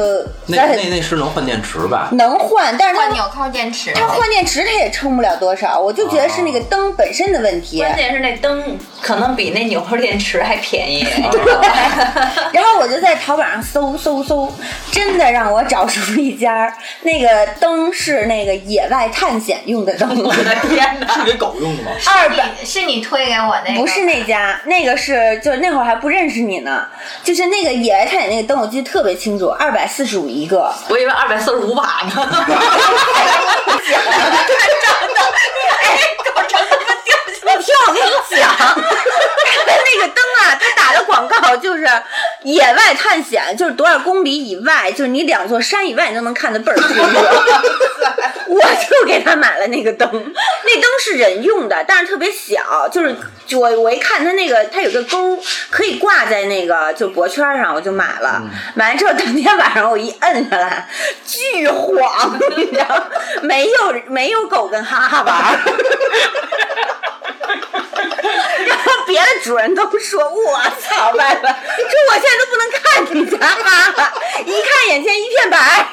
Speaker 1: 那
Speaker 5: 在
Speaker 1: 那那是能换电池吧？
Speaker 5: 能换，但是它
Speaker 3: 换纽扣电池，
Speaker 5: 它换电池它也撑不了多少，我就觉得是那个灯本身的问题。
Speaker 2: 关键是那灯可能比那纽扣电池还便宜，啊
Speaker 5: 然后我就在淘宝上搜搜搜，真的让我找出一家儿那个灯是那个野外探险用的灯，
Speaker 2: 我的天哪！
Speaker 1: 是给狗用 的吗？
Speaker 5: 二百。
Speaker 3: 你是你推给我那个，
Speaker 5: 不是那家，那个是就是那会儿还不认识你呢，就是那个野外探险那个灯，我记得特别清楚，二百四十五一个，
Speaker 2: 我以为二百四十五瓦呢，
Speaker 5: 那听我跟你讲，它那个灯啊，它打的广告就是野外探险，就是多少公里以外，就是你两座山以外你都能看得倍儿清楚。我就给他买了那个灯，那灯是人用的，但是特别小，就是就我我一看它那个它有个钩，可以挂在那个就脖圈上，我就买了。买完之后当天晚上我一摁下来，巨晃，你知道吗，没有没有狗跟哈哈玩儿。然后 别的主人都说：“我操，爸爸，说我现在都不能看你家哈哈，一看眼前一片白。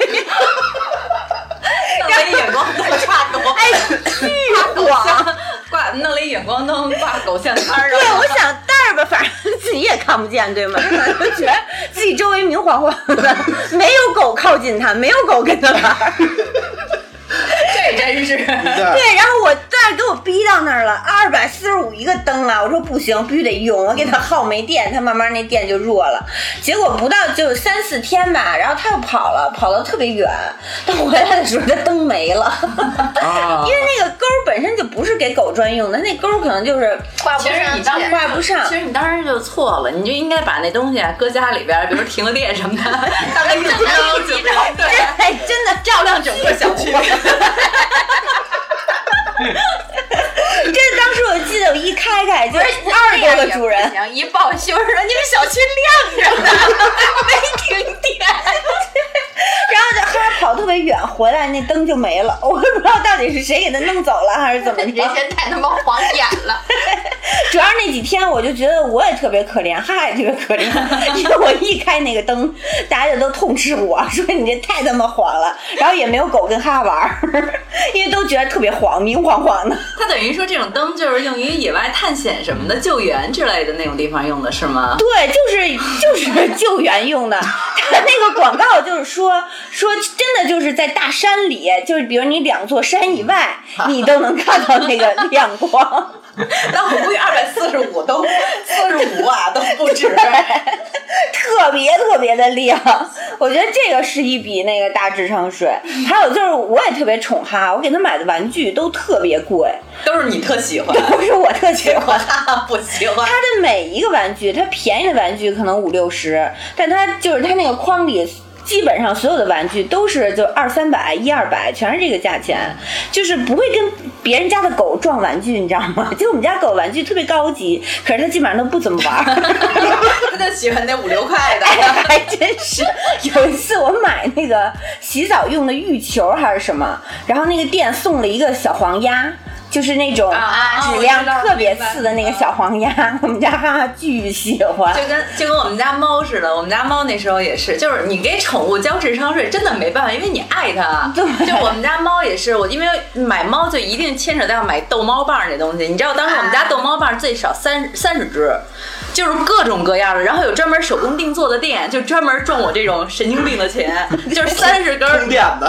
Speaker 2: 没眼光
Speaker 5: 哎 看不见，对吗？就觉得自己周围明晃晃的，没有狗靠近它，没有狗跟它玩儿。
Speaker 7: 这真 是
Speaker 5: 对，然后我但是给我逼到那儿了，二百四十五一个灯啊！我说不行，必须得用，我给它耗没电，它慢慢那电就弱了。结果不到就三四天吧，然后它又跑了，跑得特别远。到回来的时候，它灯没了，
Speaker 1: 啊
Speaker 5: 因为那个钩儿本身就不是给狗专用的，那钩儿可能就是
Speaker 7: 挂不
Speaker 2: 其实你
Speaker 7: 上
Speaker 2: 当时
Speaker 7: 去。
Speaker 5: 挂不上
Speaker 2: 其实你当时就错了，你就应该把那东西啊搁家里边儿，比如停了电什么的， 大概一周哎就 对，
Speaker 5: 哎， 真的
Speaker 2: 照亮整个 小区。
Speaker 5: 这当时我记得我一开开就二
Speaker 2: 哎
Speaker 5: 十多个主人，
Speaker 7: 行，一报修说你们小区亮着呢，没停电。
Speaker 5: 然后就后来跑特别远，回来那灯就没了，我也不知道到底是谁给它弄走了还是怎么
Speaker 7: 人
Speaker 5: 着。
Speaker 7: 现在他妈晃眼 了，
Speaker 5: 主要是那几天我就觉得我也特别可怜，哈哈也特别可怜， 因为我一开那个灯，大家就都痛斥我说你这太他妈黄了，然后也没有狗跟哈哈玩儿，因为都觉得特别黄，明晃晃的。
Speaker 2: 它等于说这种灯就是用于野外探险什么的、救援之类的那种地方用的是吗？
Speaker 5: 对，就是就是救援用的。 他那个广告就是说说真的就是在大山里，就是比如你两座山以外，你都能看到那个亮光。
Speaker 2: 但我估计二百四十五都四十五啊都不止。
Speaker 5: 特别特别的亮，我觉得这个是一笔那个大智商税。还有就是，我也特别宠哈，我给他买的玩具都特别贵，
Speaker 2: 都是你特喜 欢，
Speaker 5: 不是我特喜欢。
Speaker 2: 他啊不喜欢
Speaker 5: 它的每一个玩具，它便宜的玩具可能五六十，但它就是它那个筐里。基本上所有的玩具都是就二三百、一二百，全是这个价钱，就是不会跟别人家的狗撞玩具，你知道吗？ 就我们家狗玩具特别高级，可是它基本上都不怎么玩儿。
Speaker 2: 他就喜欢那五六块的。
Speaker 5: 还真是。有一次我买那个洗澡用的浴球还是什么，然后那个店送了一个小黄鸭。就是那种
Speaker 2: 啊
Speaker 5: 质量
Speaker 2: 我知道嗯
Speaker 5: 特别次的那个小黄鸭，我们家哈哈巨喜欢。
Speaker 2: 就跟就跟我们家猫似的，我们家猫那时候也是，就是你给宠物交智商税，真的没办法，因为你爱它。
Speaker 5: 对
Speaker 2: 就我们家猫也是，我因为买猫就一定牵扯到买逗猫棒这东西，你知道当时我们家逗猫棒最少三三十只。就是各种各样的，然后有专门手工定做的店，就专门赚我这种神经病的钱，就是三十根儿
Speaker 1: 充电的，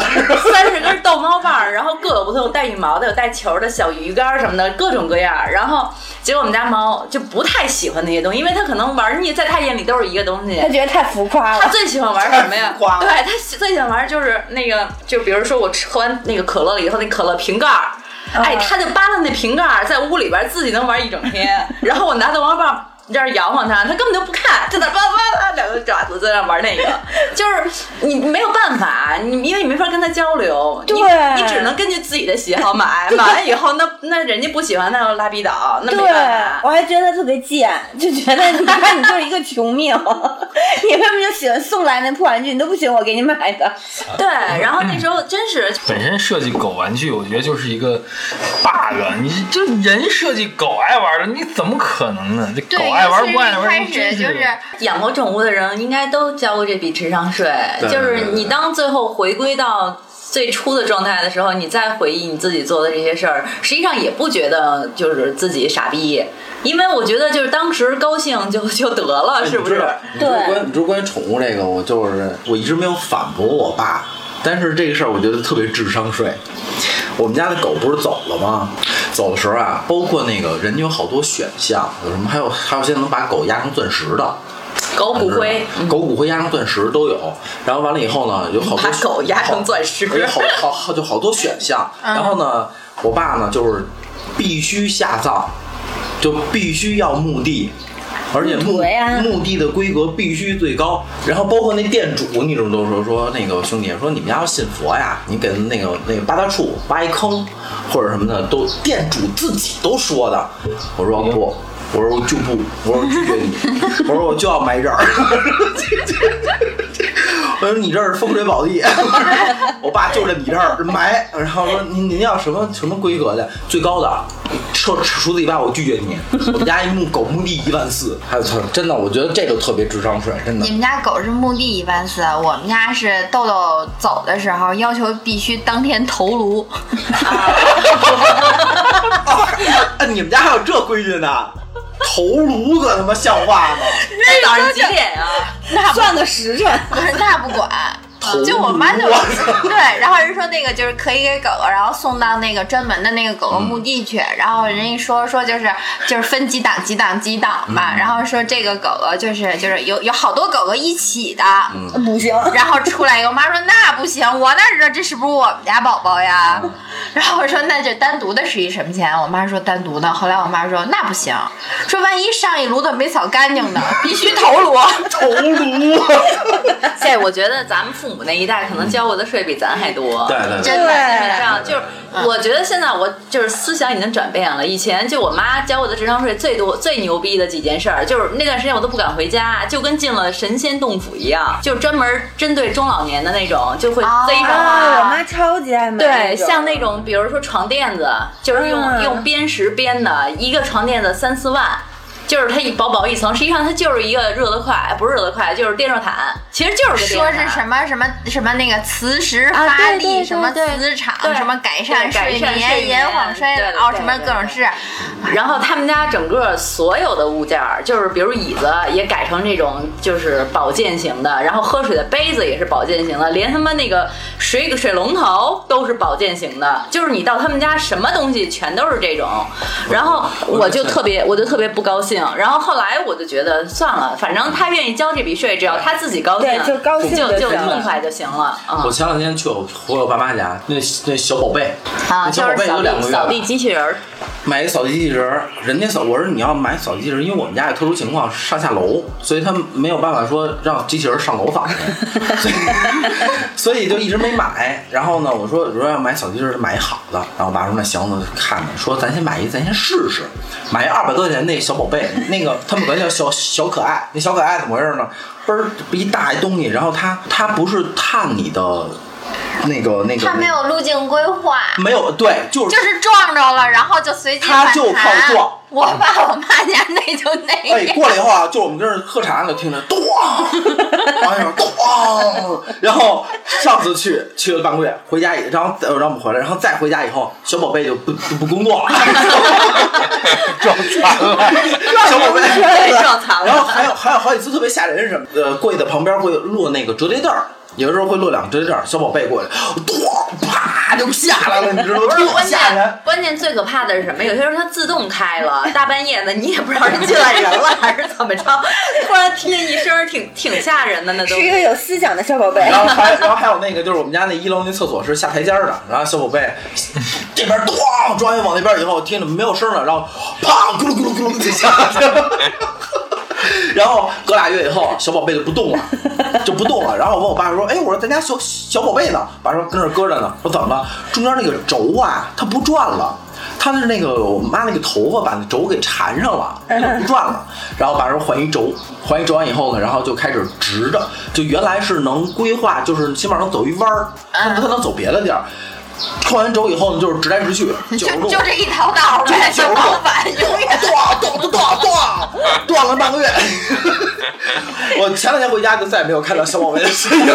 Speaker 2: 三十根逗猫棒儿，然后各有不同，有带羽毛的，有带球儿的，小鱼竿儿什么的，各种各样儿。然后结果我们家猫就不太喜欢那些东西，因为它可能玩腻，在它眼里都是一个东西
Speaker 5: 他。觉得太浮夸
Speaker 2: 它
Speaker 5: 了，
Speaker 2: 最喜欢玩什么呀？
Speaker 1: 太浮
Speaker 2: 对
Speaker 1: 夸了
Speaker 2: 它喜最喜欢玩就是那个，就比如说我吃喝完那个可乐了以后，那可乐瓶盖儿。哎，它就扒拉那瓶盖儿，在屋里边儿自己能玩一整天。然后我拿逗猫棒儿这样摇晃它，它根本就不看，在那叭叭叭两个爪子在那玩那个，就是你没有办法，你因为你没法跟它交流，你
Speaker 5: 对
Speaker 2: 你只能根据自己的喜好买，买完以后那那人家不喜欢那就拉逼倒，那
Speaker 5: 对
Speaker 2: 没办法。
Speaker 5: 我还觉得他特别贱，就觉得你看你就是一个穷命， 你为什么就喜欢送来那破玩具，你都不喜欢我给你买的？
Speaker 2: 对，然后那时候真是
Speaker 4: 本身设计狗玩具，我觉得就是一个 bug。你这人设计狗爱玩的，你怎么可能呢？这狗爱玩不爱玩？
Speaker 7: 尤其是一开
Speaker 4: 真
Speaker 7: 始就是
Speaker 2: 养过宠物的人应该都交过这笔智商税，
Speaker 1: 对
Speaker 2: 就是你当最后回归到。最初的状态的时候，你再回忆你自己做的这些事儿，实际上也不觉得就是自己傻逼，因为我觉得就是当时高兴就就得了，是不
Speaker 1: 哎你知
Speaker 2: 是
Speaker 1: 道？你知道
Speaker 5: 对
Speaker 1: 关你知道关于宠物这个，我就是我一直没有反驳我爸，但是这个事儿我觉得特别智商税。我们家的狗不是走了吗？走的时候啊，包括那个人家有好多选项，有什么还有还有现在能把狗压成钻石的，
Speaker 2: 狗骨灰，嗯
Speaker 1: 狗骨灰压成钻石都有。然后完了以后呢，有好多
Speaker 2: 把狗压成钻石
Speaker 1: 而且好好好就好多选项。然后呢，我爸呢就是必须下葬，就必须要墓地。而且墓
Speaker 5: 土为安
Speaker 1: 墓地的规格必须最高，然后包括那店主，你知道都说说那个兄弟说你们家要信佛呀，你给那个那个八大处挖一坑或者什么的，都店主自己都说的。我说不，我说我就不，我说拒绝你，我说我就要埋这儿。 我说你这儿是风水宝地， 我爸就着你这儿埋，然后说您您要什么什么规格的，最高的，除除此以外我拒绝你。我们家一墓狗墓地一万四，还有操，哎真的，我觉得这就特别智商税，真的
Speaker 3: 你。们家狗是墓地一万四，我们家是豆豆走的时候要求必须当天头颅，
Speaker 1: 啊，你们家还有这规矩呢？头颅子他妈像话吗？
Speaker 2: 那早上几点啊？
Speaker 3: 那不
Speaker 5: 算个时辰，
Speaker 3: 不是那不管。
Speaker 1: 头
Speaker 3: 就我妈就
Speaker 1: 颅啊
Speaker 3: 对，然后人说那个就是可以给狗狗，然后送到那个专门的那个狗狗墓 地去。然后人一说说就是就是分几档几档几档
Speaker 4: 嗯
Speaker 3: 嘛，然后说这个狗狗就是就是有有好多狗狗一起的，
Speaker 4: 嗯
Speaker 5: 不行。
Speaker 2: 哎
Speaker 3: 然后出来一个，我妈说那不行，我哪知道这是不是我们家宝宝呀？ 然后我说那这单独的是一什么钱？我妈说单独的。后来我妈说那不行，说万一上一炉子没扫干净呢，必须头颅。
Speaker 1: 头颅啊，
Speaker 2: 这我觉得咱们父母那一代可能交过的税比咱还多。
Speaker 1: 嗯对对嗯对，
Speaker 3: 真的
Speaker 5: 对
Speaker 2: 基本上就是，我觉得现在我就是思想已经转变了。以前就我妈教我的智商税最多最牛逼的几件事儿，就是那段时间我都不敢回家，就跟进了神仙洞府一样，就是专门针对中老年的那种，就会
Speaker 3: 哦
Speaker 2: 贼着
Speaker 5: 啊，我
Speaker 2: 啊。
Speaker 5: 妈超级爱买种。
Speaker 2: 对，像那种比如说床垫子，就是用、
Speaker 5: 嗯
Speaker 2: 用编石编的，一个床垫子三四万。就是它一薄薄一层，实际上它就是一个热得快，不是热得快，就是电热毯，其实就是个电
Speaker 3: 说
Speaker 2: 热毯。
Speaker 3: 是什么什么什么那个磁石
Speaker 5: 啊
Speaker 3: 发
Speaker 5: 对对
Speaker 3: 力，
Speaker 5: 对
Speaker 3: 什么
Speaker 5: 对
Speaker 3: 磁场
Speaker 2: 对，
Speaker 3: 什么改善
Speaker 2: 对改
Speaker 3: 睡
Speaker 2: 善睡
Speaker 3: 眠、延
Speaker 2: 眠
Speaker 3: 缓衰
Speaker 2: 对对
Speaker 3: 老，
Speaker 2: 对
Speaker 3: 啊什么
Speaker 2: 对
Speaker 3: 各种
Speaker 2: 对
Speaker 3: 事。
Speaker 2: 然后他们家整个所有的物件儿，就是比如椅子也改成这种就是保健型的，然后喝水的杯子也是保健型的，连他妈那个水水龙头都是保健型的，就是你到他们家什么东西全都是这种。然后我就特别我就特别不高兴，然后后来我就觉得算了，反正他愿意交这笔税，只要他自己高兴，
Speaker 5: 对就高兴
Speaker 2: 就
Speaker 5: 就行
Speaker 2: 痛快就行了。
Speaker 1: 我
Speaker 2: 嗯，
Speaker 1: 前两天去我回我爸妈家，那那小宝贝，
Speaker 2: 啊，
Speaker 1: 那
Speaker 2: 就
Speaker 1: 小宝
Speaker 2: 是
Speaker 1: 贝
Speaker 2: 扫
Speaker 1: 有两
Speaker 2: 地
Speaker 1: 个月
Speaker 2: 扫
Speaker 1: 了
Speaker 2: 地机器人儿，
Speaker 1: 买一扫地机器人儿，人家扫我说你要买扫地机器人儿，因为我们家有特殊情况上下楼，所以他没有办法说让机器人儿上楼扫去， 所以所以就一直没买。然后呢，我说我说要买扫地机器人儿买一好的，然后我爸说那行，我就看看，说咱先买一，咱先试试，买一二百多块钱那小宝贝，那个他们管它叫小小可爱，那小可爱怎么回事呢？嘣儿一大一东西，然后它它不是探你的那个那个，
Speaker 3: 它没有路径规划，
Speaker 1: 没有对，就是
Speaker 3: 就是撞着了，然后就随机
Speaker 1: 它
Speaker 3: 反
Speaker 1: 就靠
Speaker 3: 弹
Speaker 1: 撞
Speaker 3: 我爸我妈家那就那样。
Speaker 1: 哎，过来以后啊，就我们这儿喝茶呢，听着咚，然后一会儿咚，然后上次去去了半个月，回家以然后然后我们回来，然后再回家以后，小宝贝就不不不工作了，
Speaker 8: 撞残了，
Speaker 1: 小宝贝
Speaker 2: 被撞残了
Speaker 1: 然后还有还有好几次特别吓人是什么的，呃，柜子旁边会落那个折叠凳儿。有的时候会落两个折叠凳儿，小宝贝过来，咚，啪就下来了，你知道吗？特
Speaker 2: 关
Speaker 1: 吓人
Speaker 2: 键。关键最可怕的是什么？有些时候它自动开了，大半夜的你也不知道是进来人了还是怎么着，突然听见一声儿挺挺吓人的那都
Speaker 5: 是。一个有思想的小宝贝。
Speaker 1: 然后还然后还有那个就是我们家那一楼那厕所是下台阶儿的，然后小宝贝 这边咣装一往那边以后，听着没有声了，然后啪咕噜咕噜咕噜就下去了。然后隔俩月以后，小宝贝就不动了， 就不动了。然后我问我爸说：“哎，我说咱家小小宝贝呢？”爸说：“跟这儿搁着呢。”我说：“怎么了？中间那个轴啊，它不转了。”他是那个我妈那个头发把那轴给缠上 了，它就不转了。然后把人换一轴，换一轴完以后呢，然后就开始直着，就原来是能规划，就是起码能走一弯儿，它
Speaker 3: 嗯
Speaker 1: 它能走别的地儿。换完轴以后呢，就是直来直去，九十
Speaker 3: 就
Speaker 1: 度，
Speaker 3: 就 这一条道儿
Speaker 1: 就
Speaker 3: 呗，
Speaker 1: 九
Speaker 3: 就
Speaker 1: 十
Speaker 3: 往
Speaker 1: 度，
Speaker 3: 返永远。
Speaker 1: 断断断断断了半个月。 我前两天回家就再也没有看到小宝贝的身影了。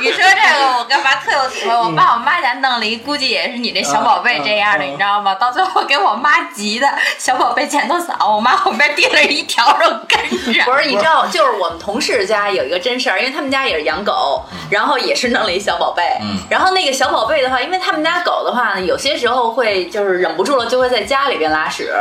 Speaker 3: 你说这个，我干嘛特有体会？我爸我妈家弄了一，估计也是你这小宝贝这样的，
Speaker 1: 嗯嗯嗯
Speaker 3: 你知道吗？到最后给我妈急的，小宝贝前头扫，我妈后边递了一条肉跟
Speaker 2: 不
Speaker 3: 着。
Speaker 2: 是，你知道，就是我们同事家有一个真事儿，因为他们家也是养狗，然后也是弄了一小宝贝。然后那个小宝贝的话，因为他们家狗的话呢，有些时候会就是忍不住了，就会在家里边拉屎。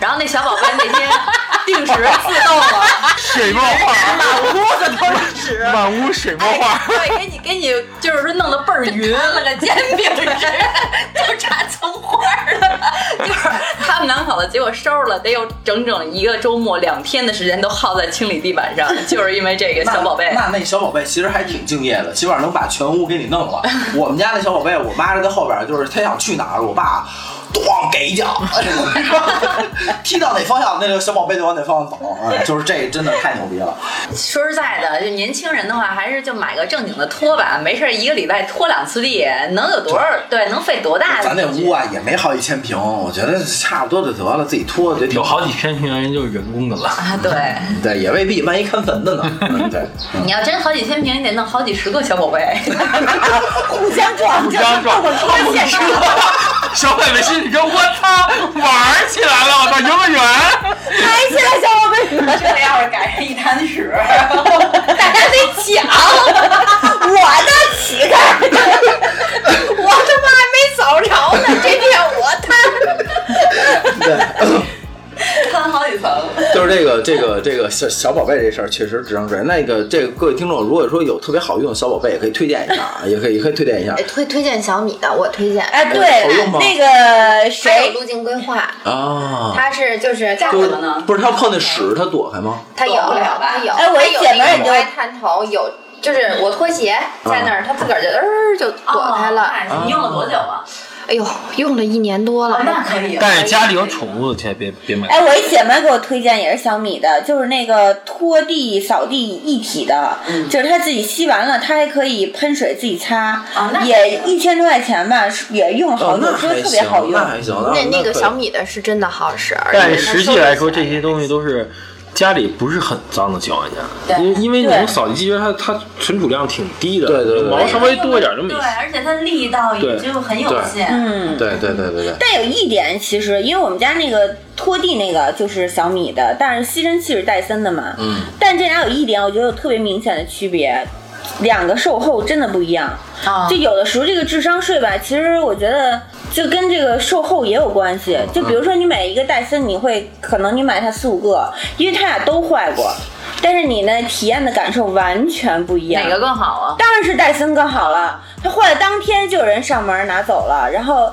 Speaker 2: 然后那小宝贝那天 定时自动了。
Speaker 8: 水墨画，满屋子都是满屋水墨画。
Speaker 2: 对，给你给你就是说弄得倍儿 匀，了个煎饼吃， 就差葱花了。就是他们两口子，结果收拾了得有整整一个周末两天的时间都耗在清理地板上， 就是因为这个小宝贝。
Speaker 1: 那那小宝贝其实还挺敬业的，起码能把全屋给你弄 了。我们家那小宝贝，我妈在后边，就是她想去哪儿，我爸咣给一脚， 踢到哪方向，那个小宝贝就往哪方向走。哎就是这真的太牛逼了。
Speaker 2: 说实在的，就年轻人的话，还是就买个正经的拖把，没事儿一个礼拜拖两次地，能有多少？对，能费多大？
Speaker 1: 咱那屋啊也没好几千平，我觉得差不多就得了，自己拖觉得挺
Speaker 4: 有
Speaker 1: 好。
Speaker 4: 好几千平原就是人工的了。
Speaker 2: 啊，对，
Speaker 1: 对，也未必，万一看坟的呢。 嗯，对。
Speaker 2: 你要真好几千平，你得弄好几十个小宝贝。
Speaker 5: 互相撞，
Speaker 8: 互相撞
Speaker 5: 我现场
Speaker 4: 小北北心里说：“我操，玩起来了！我操，游乐园！”
Speaker 5: 嗨，现在小北北，
Speaker 8: 这要是赶上一滩屎，
Speaker 5: 大家得抢我的乞丐，
Speaker 7: 我他妈还没扫着呢，这天我摊。
Speaker 9: 对，
Speaker 8: 摊好几层了。
Speaker 1: 就是这个这个这个小小宝贝这事儿，确实智商税。那个这个各位听众，如果说有特别好用的小宝贝，也可以推荐一下啊，也可以也可以推荐一下
Speaker 3: 哎推推荐小米的，我推荐。
Speaker 5: 哎，
Speaker 1: 好用吗
Speaker 5: 对，那个
Speaker 3: 它有
Speaker 5: 谁，
Speaker 3: 路径规划，
Speaker 1: 啊。
Speaker 3: 它是就是它
Speaker 1: 就
Speaker 8: 怎么呢
Speaker 1: 不是他碰见屎，他躲开吗？
Speaker 3: 它有
Speaker 8: 躲不了吧
Speaker 3: 它有。
Speaker 5: 哎我
Speaker 3: 它有
Speaker 5: 姐
Speaker 3: 那
Speaker 5: 们儿也
Speaker 3: 个国
Speaker 5: 就
Speaker 3: 外探头有，就是我拖鞋
Speaker 1: 嗯
Speaker 3: 在那儿，它自个儿就呃就躲开
Speaker 8: 哦
Speaker 3: 了。
Speaker 8: 那是你用了多久啊？
Speaker 3: 哎呦，用了一年多
Speaker 8: 哦，
Speaker 3: 了，
Speaker 8: 那可以。
Speaker 4: 但
Speaker 2: 哎
Speaker 4: 是家里有宠物的，千万别别买。
Speaker 5: 哎，我一姐妹给我推荐也是小米的，就是那个拖地扫地一体的，
Speaker 3: 嗯
Speaker 5: 就是它自己吸完了，它还可以喷水自己擦，
Speaker 3: 哦
Speaker 8: 啊那
Speaker 5: 也一千多块钱吧，是也用了好
Speaker 1: 哦，
Speaker 5: 久，
Speaker 1: 那
Speaker 5: 觉得
Speaker 1: 还
Speaker 5: 特别
Speaker 1: 行
Speaker 5: 好，用
Speaker 1: 那。还行。
Speaker 3: 那
Speaker 1: 啊那
Speaker 3: 那个
Speaker 1: 可以
Speaker 3: 小米的是真的好使，而
Speaker 4: 但
Speaker 3: 且
Speaker 4: 是
Speaker 3: 它
Speaker 4: 实
Speaker 3: 收
Speaker 4: 际
Speaker 3: 得
Speaker 4: 来
Speaker 3: 起
Speaker 4: 说，这些东西都是家里不是很脏的情况下，
Speaker 8: 对
Speaker 4: 因因为你
Speaker 5: 对
Speaker 4: 用扫地机器人，它它存储量挺低的，
Speaker 1: 对对对
Speaker 4: 毛稍微多一点就没
Speaker 8: 对，。而且它力道也
Speaker 4: 对
Speaker 8: 就很有限。
Speaker 5: 嗯，
Speaker 1: 对对对对对，
Speaker 5: 但有一点其实，因为我们家那个拖地那个就是小米的，但是吸尘器是戴森的嘛，
Speaker 1: 嗯，
Speaker 5: 但这俩有一点，我觉得有特别明显的区别，两个售后真的不一样。
Speaker 8: 啊
Speaker 2: 嗯
Speaker 5: 就有的时候这个智商税吧，其实我觉得就跟这个售后也有关系。就
Speaker 2: 嗯
Speaker 5: 比如说你买一个戴森，你会可能你买它四五个，因为它俩都坏过，但是你呢体验的感受完全不一样。
Speaker 2: 哪个更好啊？
Speaker 5: 当然是戴森更好了，它坏了当天就有人上门拿走了，然后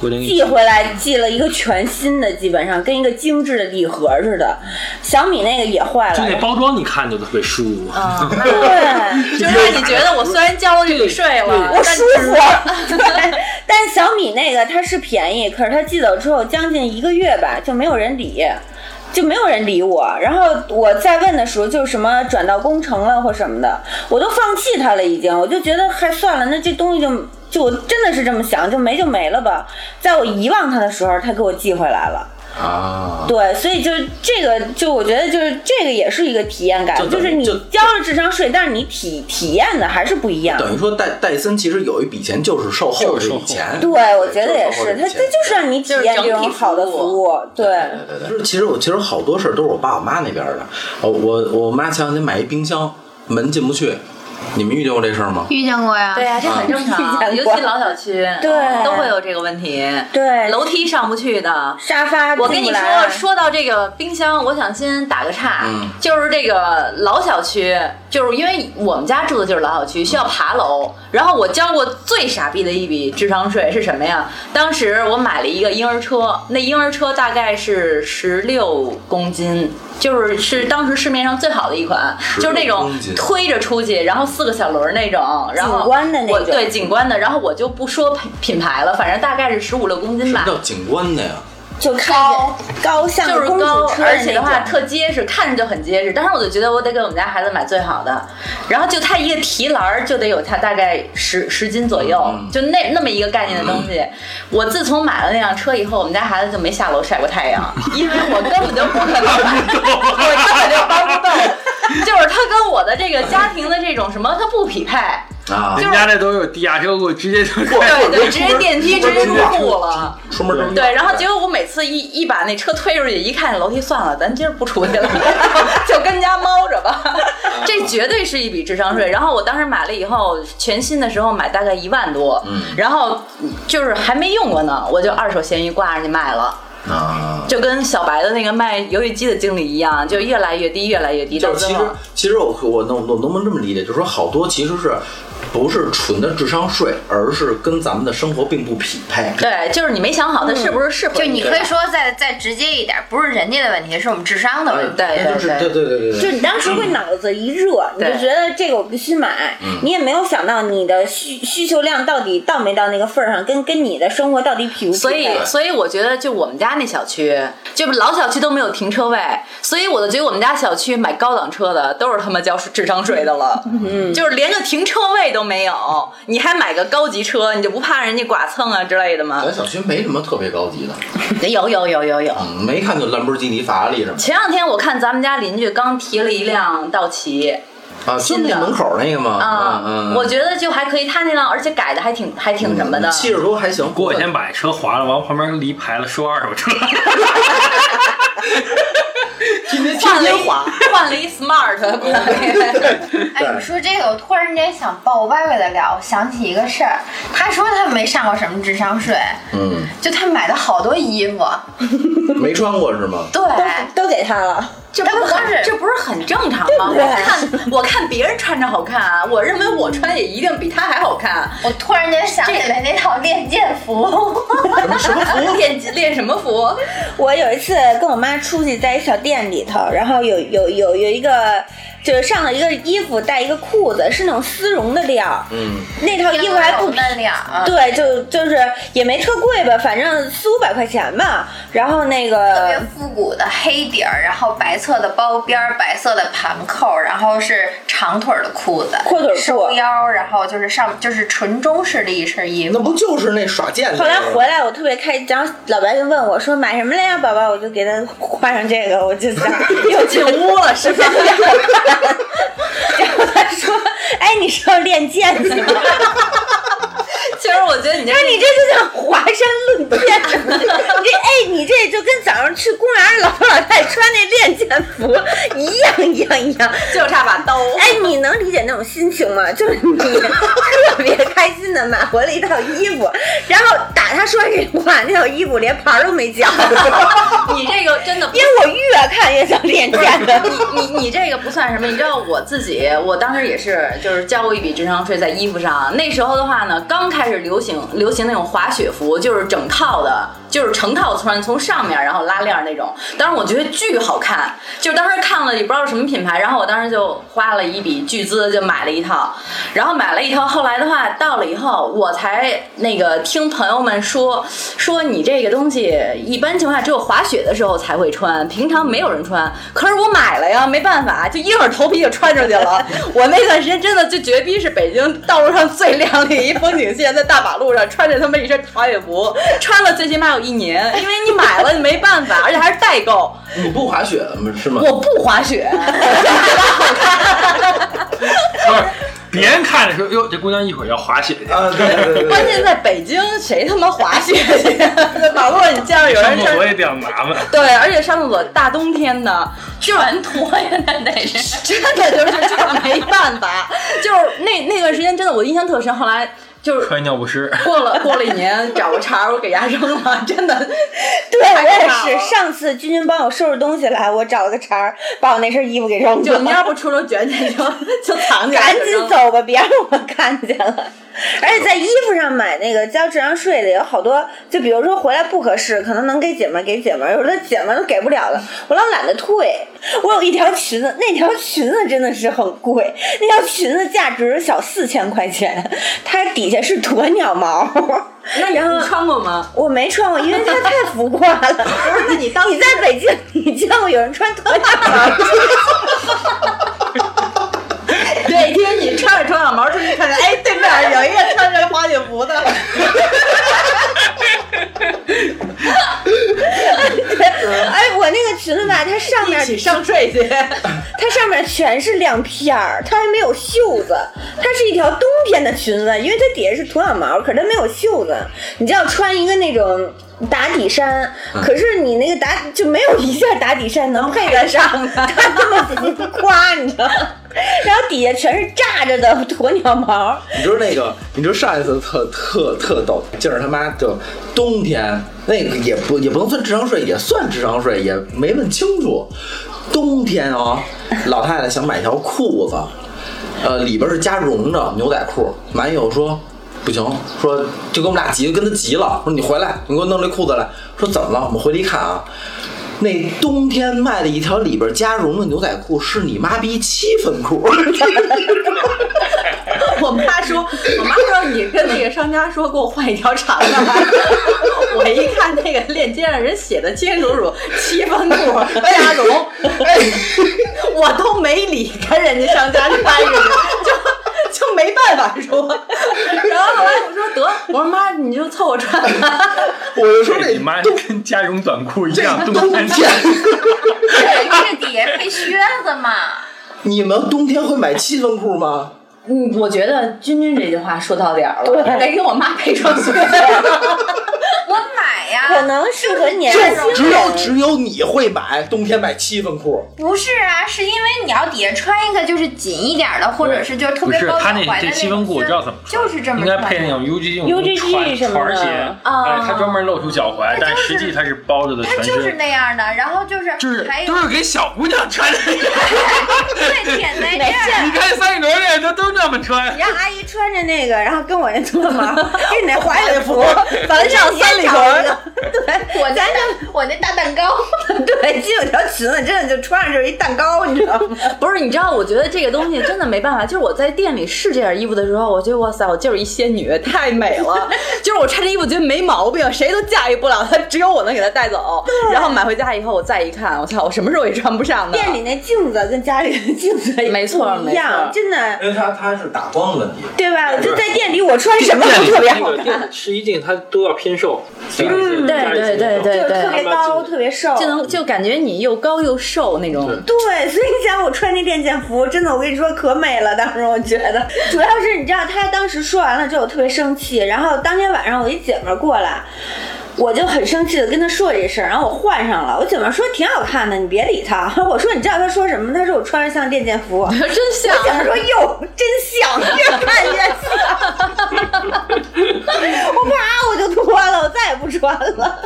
Speaker 4: 固定
Speaker 5: 寄回来寄了一个全新的，基本上跟一个精致的礼盒似的。小米那个也坏
Speaker 4: 就那
Speaker 5: 了，
Speaker 4: 包装，你看着都特别舒服。
Speaker 2: 啊，
Speaker 8: 嗯
Speaker 5: 对，
Speaker 2: 就是让你觉得我虽然交了这笔税了，
Speaker 5: 我
Speaker 2: 但
Speaker 5: 舒服。啊对， 但小米那个它是便宜，可是它寄走之后将近一个月吧，就没有人理。就没有人理我，然后我再问的时候，就是什么转到工程了或什么的，我都放弃它了，已经，我就觉得还算了，那这东西就就我真的是这么想，就没就没了吧。在我遗忘它的时候，它给我寄回来了。
Speaker 1: 啊，
Speaker 5: 对，所以就是这个，就我觉得就是这个也是一个体验感
Speaker 1: 就，等
Speaker 5: 就
Speaker 1: 于
Speaker 5: 是你
Speaker 1: 就
Speaker 5: 交了智商税，但是你体体验的还是不一样。
Speaker 1: 等于说戴戴森其实有一笔钱就是售后这笔钱，
Speaker 5: 对，我觉得也是，它它就是让你体验这种好的服务，对，
Speaker 1: 就是其实我其实好多事儿都是我爸我妈那边儿的。呃，我我妈前两天买一冰箱，门进不去，你们遇见过这事儿吗？
Speaker 3: 遇见过呀，
Speaker 2: 对
Speaker 5: 啊
Speaker 2: 呀、这很正常，
Speaker 5: 嗯
Speaker 2: 尤其老小区，
Speaker 5: 对
Speaker 2: 都会有这个问题。
Speaker 5: 对
Speaker 2: 楼梯上不去的。
Speaker 5: 沙发
Speaker 2: 我
Speaker 5: 进
Speaker 2: 跟
Speaker 5: 不
Speaker 2: 你
Speaker 5: 来啊
Speaker 2: 说，说到这个冰箱，我想先打个岔，
Speaker 1: 嗯
Speaker 2: 就是这个老小区，就是因为我们家住的就是老小区，需要爬楼。然后我交过最傻逼的一笔智商税是什么呀？当时我买了一个婴儿车，那婴儿车大概是十六公斤，就是是当时市面上最好的一款，就是那种
Speaker 1: 公斤
Speaker 2: 推着出去，然后四个小轮儿那种，然后
Speaker 5: 景观的那
Speaker 2: 我
Speaker 5: 种
Speaker 2: 对景观的，然后我就不说品品牌了，反正大概是十五六公斤
Speaker 1: 什么
Speaker 2: 吧。
Speaker 1: 叫景观的呀？
Speaker 5: 就看着高像
Speaker 2: 就是
Speaker 5: 公
Speaker 2: 高
Speaker 5: 主，车
Speaker 2: 而且的话
Speaker 5: 那种。
Speaker 2: 特结实，看着就很结实。当时我就觉得我得给我们家孩子买最好的，然后就它一个提篮儿就得有它大概十十斤左右，
Speaker 5: 嗯
Speaker 2: 就那那么一个概念的东西。我自从买了那辆车以后，我们家孩子就没下楼晒过太阳，因为我根本就不可 能买，我根本就搬不动，就是它跟我的这个家庭的这种什么它不匹配。
Speaker 1: 啊，
Speaker 2: 就
Speaker 4: 人家那都有地下车库，直接就
Speaker 2: 对对，直接电梯直接入户了。
Speaker 1: 出门儿都
Speaker 2: 对，然后结果我每次一一把那车推出去，一看楼梯，算了，咱今儿不出去了， 就跟家猫着吧。
Speaker 1: 嗯
Speaker 2: 这绝对是一笔智商税。然后我当时买了以后，全新的时候买大概一万多，
Speaker 1: 嗯
Speaker 2: 然后就是还没用过呢，我就二手闲鱼挂上去卖了，
Speaker 1: 啊。
Speaker 2: 就跟小白的那个卖游戏机的经理一样，就越来越低，越来越低，到
Speaker 1: 就是
Speaker 2: 最
Speaker 1: 其实
Speaker 2: 后。
Speaker 1: 其实我我能我能不能这么理解？就是说好多其实是不是纯的智商税，而是跟咱们的生活并不匹配。
Speaker 2: 对，就是你没想好它是不是适合
Speaker 3: 嗯就你可以
Speaker 2: 的
Speaker 3: 说再再直接一点，不是人家的问题，是我们智商的问题。
Speaker 2: 对对
Speaker 1: 哎就是对对对对
Speaker 5: 就
Speaker 1: 对。
Speaker 5: 你当时会脑子一热，你就
Speaker 2: 嗯对
Speaker 5: 觉得这个我必须买，你也没有想到你的需需求量到底到没到那个份儿上，跟跟你的生活到底匹不匹
Speaker 2: 所以
Speaker 5: 配，？
Speaker 2: 所以我觉得，就我们家那小区，就老小区都没有停车位，所以我就觉得我们家小区买高档车的都是他妈交智商税的了，嗯， 就是连个停车位都没有，你还买个高级车，你就不怕人家剐蹭啊之类的吗
Speaker 1: 咱？小区没什么特别高级的，
Speaker 2: 有有有有有。
Speaker 1: 嗯，没看就兰博基尼、法拉利什么的
Speaker 2: 前两天我看咱们家邻居刚提了一辆道奇，
Speaker 1: 啊，就
Speaker 2: 新
Speaker 1: 那
Speaker 2: 的
Speaker 1: 门口那个嘛，
Speaker 2: 啊
Speaker 1: 嗯，嗯，
Speaker 2: 我觉得就还可以，他那辆而且改的还挺还挺什么的，
Speaker 1: 气质都还行。
Speaker 4: 过几天把车划了，往旁边离牌了，收二手车。
Speaker 2: 换了一换了 一 smart 过来，
Speaker 1: 对
Speaker 7: 哎，你说这个，我突然间想爆歪歪的料，想起一个事儿。他说他没上过什么智商税，
Speaker 1: 嗯，
Speaker 7: 就他买的好多衣服，
Speaker 1: 没穿过是 吗？
Speaker 7: 对，
Speaker 5: 都给他了，
Speaker 2: 这
Speaker 7: 但
Speaker 2: 不
Speaker 7: 不光
Speaker 2: 很
Speaker 7: 是
Speaker 2: 这不是很正常吗？
Speaker 5: 对
Speaker 2: 我看我看别人穿着好看啊，我认为我穿也一定比他还好看。啊
Speaker 7: 我突然间想起来那套练剑服，
Speaker 2: 什么服？ 练练什么服？
Speaker 5: 我有一次跟我妈出去，在一小店里头，然后有有有有一个就是上了一个衣服，带一个裤子，是那种丝绒的料，
Speaker 1: 嗯，
Speaker 5: 那套衣服还不
Speaker 7: 嫩点儿，
Speaker 5: 对，就就是也没特贵吧，反正四五百块钱吧。然后那
Speaker 7: 特别
Speaker 5: 个
Speaker 7: 复古的黑底儿，然后白色的包边儿，白色的盘扣，然后是长腿儿的裤子，
Speaker 5: 阔腿裤
Speaker 7: 收腰，然后就是上就是纯中式的一身衣
Speaker 1: 那
Speaker 7: 服。
Speaker 1: 不就是那耍剑的？
Speaker 5: 后来回来我特别开心，然后老白就问我说买什么了呀，宝宝？我就给他画上这个，我 就想又进屋了是吧？然后他说，哎，你是要练剑去吗？
Speaker 2: 其实我觉得你这
Speaker 5: 哎，你这就像华山论剑，你这哎，你这就跟早上去公园老头老太太穿那练剑服一样一样一样。
Speaker 2: 就差把 刀。
Speaker 5: 哎，你能理解那种心情吗？就是你特别开心的买回了一套衣服，然后打他说完这话，那套衣服连牌儿都没叫，哎
Speaker 2: 你这个真的不
Speaker 5: 因为我越看越想练剑的。
Speaker 2: 你你你这个不算什么，你知道我自己，我当时也是，就是交过一笔智商税在衣服上。那时候的话呢，刚开始流行流行那种滑雪服，就是整套的，就是成套穿，从上面然后拉链那种。当时我觉得巨好看，就是当时看了也不知道什么品牌，然后我当时就花了一笔巨资就买了一套，然后买了一套，后来的话到了以后，我才那个听朋友们说说你这个东西一般情况下只有滑雪的时候才会穿，平常没有人穿。可是我买了呀，没办法，就硬着头皮就穿出去了。我那段时间真的就绝逼是北京道路上最靓丽一风景线，在大马路上穿着他妈一身滑雪服，穿了最起码有一年，因为你买了你没办法，而且还是代购。
Speaker 1: 你不滑雪了吗？是吗？
Speaker 2: 我不滑雪，
Speaker 4: 不是，别人看着说，哟，这姑娘一会儿要滑雪去。
Speaker 1: 啊，对对对对
Speaker 2: 关键
Speaker 1: 对。
Speaker 2: 在北京谁他妈滑雪去？在马路上你见着有
Speaker 4: 上
Speaker 2: 人
Speaker 4: 厕
Speaker 2: 穿
Speaker 4: 所。也比较麻烦，
Speaker 2: 对，而且上厕所大冬天的，全脱呀，那得是 真的就是就是没办法， 就是那那段时间真的我印象特深，后来就是。
Speaker 4: 穿尿不湿。
Speaker 2: 过了过了一年，找个茬儿我给牙扔了， 真的。
Speaker 5: 对我
Speaker 2: 太
Speaker 5: 也
Speaker 2: 尴尬了
Speaker 5: 是，上次君君帮我收拾东西来，我找了个茬儿把我那身衣服给扔
Speaker 2: 就你要
Speaker 5: 了。
Speaker 2: 不出手卷起来就 就藏起来，
Speaker 5: 赶紧。走吧，别让我看见了。哎而且在衣服上买那个交智商税的有好多，就比如说回来不合适，可能能给姐们儿给姐们儿，有的姐们儿都给不了了，我老懒得退。我有一条裙子，那条裙子真的是很贵，那条裙子价值小四千块钱，它底下是鸵鸟毛。
Speaker 2: 那你
Speaker 5: 然后
Speaker 2: 你穿过吗？
Speaker 5: 我没穿过，因为它太浮夸了。
Speaker 2: 不是，那你当
Speaker 5: 你在北京，你见过有人穿鸵鸟毛？
Speaker 2: 哪天你穿着穿小毛出去看看，哎，对面有一个穿着滑雪服 的，
Speaker 5: 哎，我那个裙子吧，它上面
Speaker 2: 一起上税去。
Speaker 5: 它上面全是亮片儿，它还没有袖子，它是一条冬天的裙子，因为它底下是鸵鸟毛，可是它没有袖子。你就要穿一个那种打底衫，可是你那个打就没有一件打底衫嗯能配得上啊它那么浮夸，你知道吗？ 然后底下全是炸着的鸵鸟毛，
Speaker 1: 你知道那个，你知道上一次特特特逗，劲儿他妈就冬天那个也不也不能算智商税，也算智商税，也没问清楚。冬天啊、老太太想买条裤子，呃，里边是加绒的牛仔裤，男友说。不行，说就跟我们俩急，跟他急了，说你回来，你给我弄这裤子来。说怎么了？我们回去一看啊，那冬天卖的一条里边加绒的牛仔裤是你妈逼七分裤。
Speaker 2: 我妈说，我妈说你跟那个商家说给我换一条长的吧。 我一看那个链接上人写的清清楚楚，七分裤加绒，哎 我都没理跟人家商家穿什么，就就没办法说。然后后来我说得，我说妈你就凑合穿吧。
Speaker 1: 我就说
Speaker 4: 你
Speaker 1: 这
Speaker 4: 妈跟加绒短裤一样，冬天
Speaker 1: 冬天，
Speaker 7: 这底下配靴子嘛，
Speaker 9: 你们冬天会买七分裤吗？
Speaker 2: 嗯，我觉得君君这句话说到点儿了，得给我妈配双鞋。我
Speaker 7: 买呀，
Speaker 3: 啊
Speaker 5: 可能适合年
Speaker 9: 就
Speaker 5: 轻人。
Speaker 9: 只有只有你会买，冬天买七分裤。
Speaker 7: 不是啊，是因为你要底下穿一个就是紧一点的，或者是就是特
Speaker 4: 不
Speaker 7: 别
Speaker 4: 是
Speaker 7: 高脚
Speaker 4: 他那
Speaker 7: 踝的
Speaker 4: 这七分裤，我知道怎么穿，
Speaker 7: 就是这么
Speaker 4: 应
Speaker 7: 穿
Speaker 4: 该
Speaker 7: 的。
Speaker 4: 配那种 UGG 那种
Speaker 5: UGG
Speaker 4: 船
Speaker 5: 什么的
Speaker 4: 船鞋，哎，它专门露出脚踝，但
Speaker 7: 就是
Speaker 4: 实际它是包着的
Speaker 7: 它
Speaker 4: 全
Speaker 7: 就是
Speaker 4: 身。
Speaker 7: 那样的，然后就是
Speaker 4: 就是
Speaker 7: 还有
Speaker 4: 都是给小姑娘穿的，
Speaker 7: 对点在这儿。
Speaker 4: 你看三里屯这都都那么穿
Speaker 5: 你。让阿姨穿着那个，然后跟我那脱毛，跟你那滑雪服，咱上三里屯儿，
Speaker 7: 我那个我那大蛋糕，
Speaker 5: 对，就有条裙子，真的就穿上就是一蛋糕，你知道吗？
Speaker 2: 不是，你知道，我觉得这个东西真的没办法。 就是我在店里试这件衣服的时候，我觉得哇塞，我就是一仙女， 太美了。就是我穿这衣服觉得没毛病，谁都驾驭不了它，只有我能给它带走。然后买回家以后，我再一看，我操，我什么时候也穿不上呢？
Speaker 5: 店里那镜子跟家里的镜子也
Speaker 2: 没错
Speaker 5: 不一样
Speaker 2: 没错，
Speaker 5: 真的，
Speaker 1: 因为它它是打光问题。
Speaker 5: 对吧？就在店里我穿什么都特别好看，
Speaker 4: 看，试衣镜它都要偏瘦，嗯，
Speaker 2: 对对对
Speaker 5: 就
Speaker 2: 对
Speaker 5: 是特别高，特别瘦，
Speaker 2: 就能就感觉你又高又瘦那种。
Speaker 5: 对，所以你想我穿那练剑服，真的，我跟你说可美了。当时我觉得，主要是你知道，他当时说完了之后，我特别生气。然后当天晚上，我一姐们儿过来，我就很生气的跟她说这事儿，然后我换上了。我姐们儿说挺好看的，你别理她。我说你知道她说什么？她说我穿着像练剑服。我
Speaker 2: 真像
Speaker 5: 姐们儿说哟，真像，啊越看越像。 我啪我就脱了，我再也不穿了。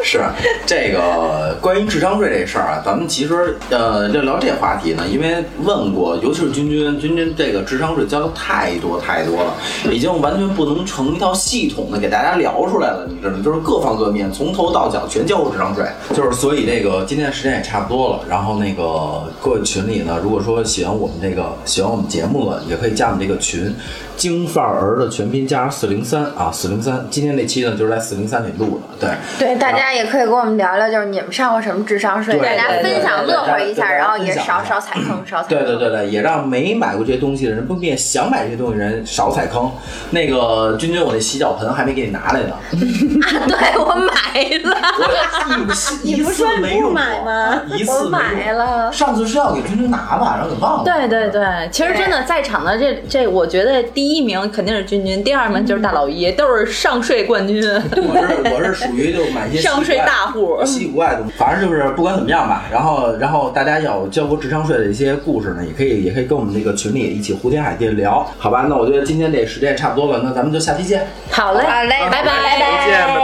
Speaker 1: 是这个关于智商税这事儿啊，咱们其实呃要聊这话题呢，因为问过，尤其是君君，君君这个智商税交的太多太多了，已经完全不能成一套系统的给大家聊出来了，你知道吗？就是各方各面，从头到脚全交过智商税，就是所以这个今天的时间也差不多了，然后那个各位群里呢，如果说喜欢我们这个喜欢我们节目的，也可以加我们这个群，京范儿的全拼加上四零三啊，四零三，今天这期呢就是在四零三里录的，对。
Speaker 7: 对，大家也可以跟我们聊聊，就是你们上过什么智商税，
Speaker 1: 对
Speaker 7: 大家
Speaker 1: 对对
Speaker 7: 分享
Speaker 1: 对对
Speaker 7: 乐呵一
Speaker 1: 对
Speaker 7: 下，
Speaker 1: 对
Speaker 7: 然后也
Speaker 1: 分享一
Speaker 7: 少
Speaker 1: 下
Speaker 7: 少踩坑，少踩坑。
Speaker 1: 对对对对，也让没买过这些东西的人，不便想买这些东西的人少踩坑。那个君君，我那洗脚盆还没给你拿来呢，
Speaker 7: 对我买 了，
Speaker 1: 我一
Speaker 5: 你不是说
Speaker 1: 一次没
Speaker 5: 你不
Speaker 1: 用过啊
Speaker 5: 买吗？
Speaker 1: 一次
Speaker 7: 我
Speaker 1: 没用
Speaker 7: 买了。
Speaker 1: 上次是要给君君拿吧，然后给忘了。
Speaker 2: 对对对，其实真的在场的这这，我觉得第一名肯定是君君，第二名就是大老爷，都是上税冠军，
Speaker 1: 我是我是属于就买一些
Speaker 2: 上税大户。
Speaker 1: 稀奇古怪的，反正就是不管怎么样吧。然后，然后大家有交过智商税的一些故事呢，也可以也可以跟我们这个群里一起胡天海地聊，好吧？那我觉得今天这时间也差不多了，那咱们就下期见。
Speaker 2: 好嘞，
Speaker 7: 好嘞
Speaker 2: 拜拜
Speaker 7: 拜拜再见拜拜